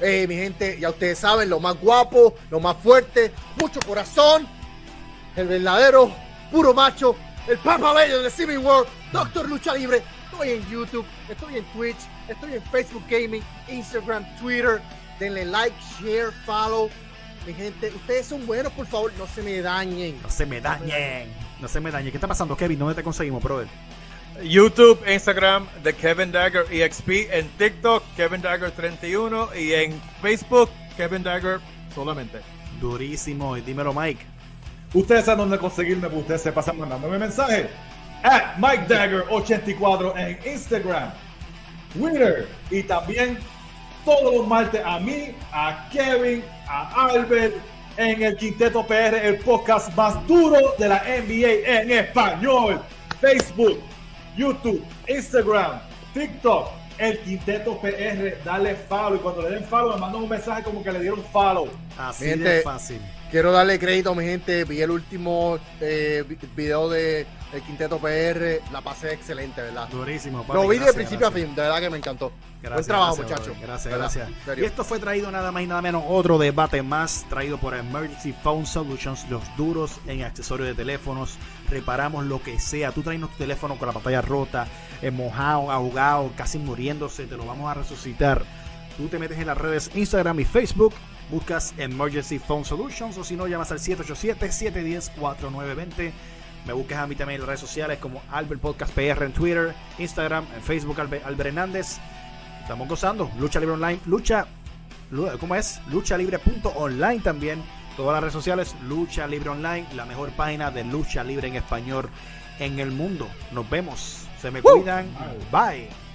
Eh, mi gente, ya ustedes saben, lo más guapo, lo más fuerte, mucho corazón, el verdadero, puro macho, el Papa Bello de Civil War, Doctor Lucha Libre. Estoy en YouTube, estoy en Twitch, estoy en Facebook Gaming, Instagram, Twitter. Denle like, share, follow. Mi gente, ustedes son buenos, por favor, no se me dañen. No se me dañen. No se me dañen. ¿Qué está pasando, Kevin? ¿Dónde te conseguimos, Proven? YouTube, Instagram de Kevin Dagger EXP, en TikTok Kevin Dagger 31 y en Facebook Kevin Dagger solamente. Durísimo. Y dímelo, Mike. Ustedes saben dónde conseguirme, porque ustedes se pasan mandándome mensajes. At Mike Dagger84 en Instagram, Twitter y también todos los martes a mí, a Kevin, a Albert en el Quinteto PR, el podcast más duro de la NBA en español. Facebook, YouTube, Instagram, TikTok, el Quinteto PR. Dale follow y cuando le den follow me mandan un mensaje como que le dieron follow. Así Mi de gente, fácil. Quiero darle crédito a mi gente. Vi el último eh, vi- video de El Quinteto PR. La pasé excelente, ¿verdad? Durísimo. papi. Lo vi de Gracias, principio gracias. a fin, de verdad que me encantó. Buen Gracias, trabajo, gracias, muchachos. brother. Gracias, ¿Verdad? En gracias. serio. Y este esto fue traído nada más y nada menos otro debate más traído por Emergency Phone Solutions, los duros en accesorios de teléfonos. Reparamos lo que sea. Tú traes tu teléfono con la pantalla rota, eh, mojado, ahogado, casi muriéndose, te lo vamos a resucitar. Tú te metes en las redes Instagram y Facebook, buscas Emergency Phone Solutions o si no llamas al 787-710-4920. Me buscas a mí también en las redes sociales como Albert Podcast PR en Twitter, Instagram, en Facebook Albert, Albert Hernández. Estamos gozando. Lucha Libre Online. Lucha. lu- ¿Cómo es? Luchalibre.online también. Todas las redes sociales. Lucha Libre Online. La mejor página de lucha libre en español en el mundo. Nos vemos. Se me cuidan. Bye.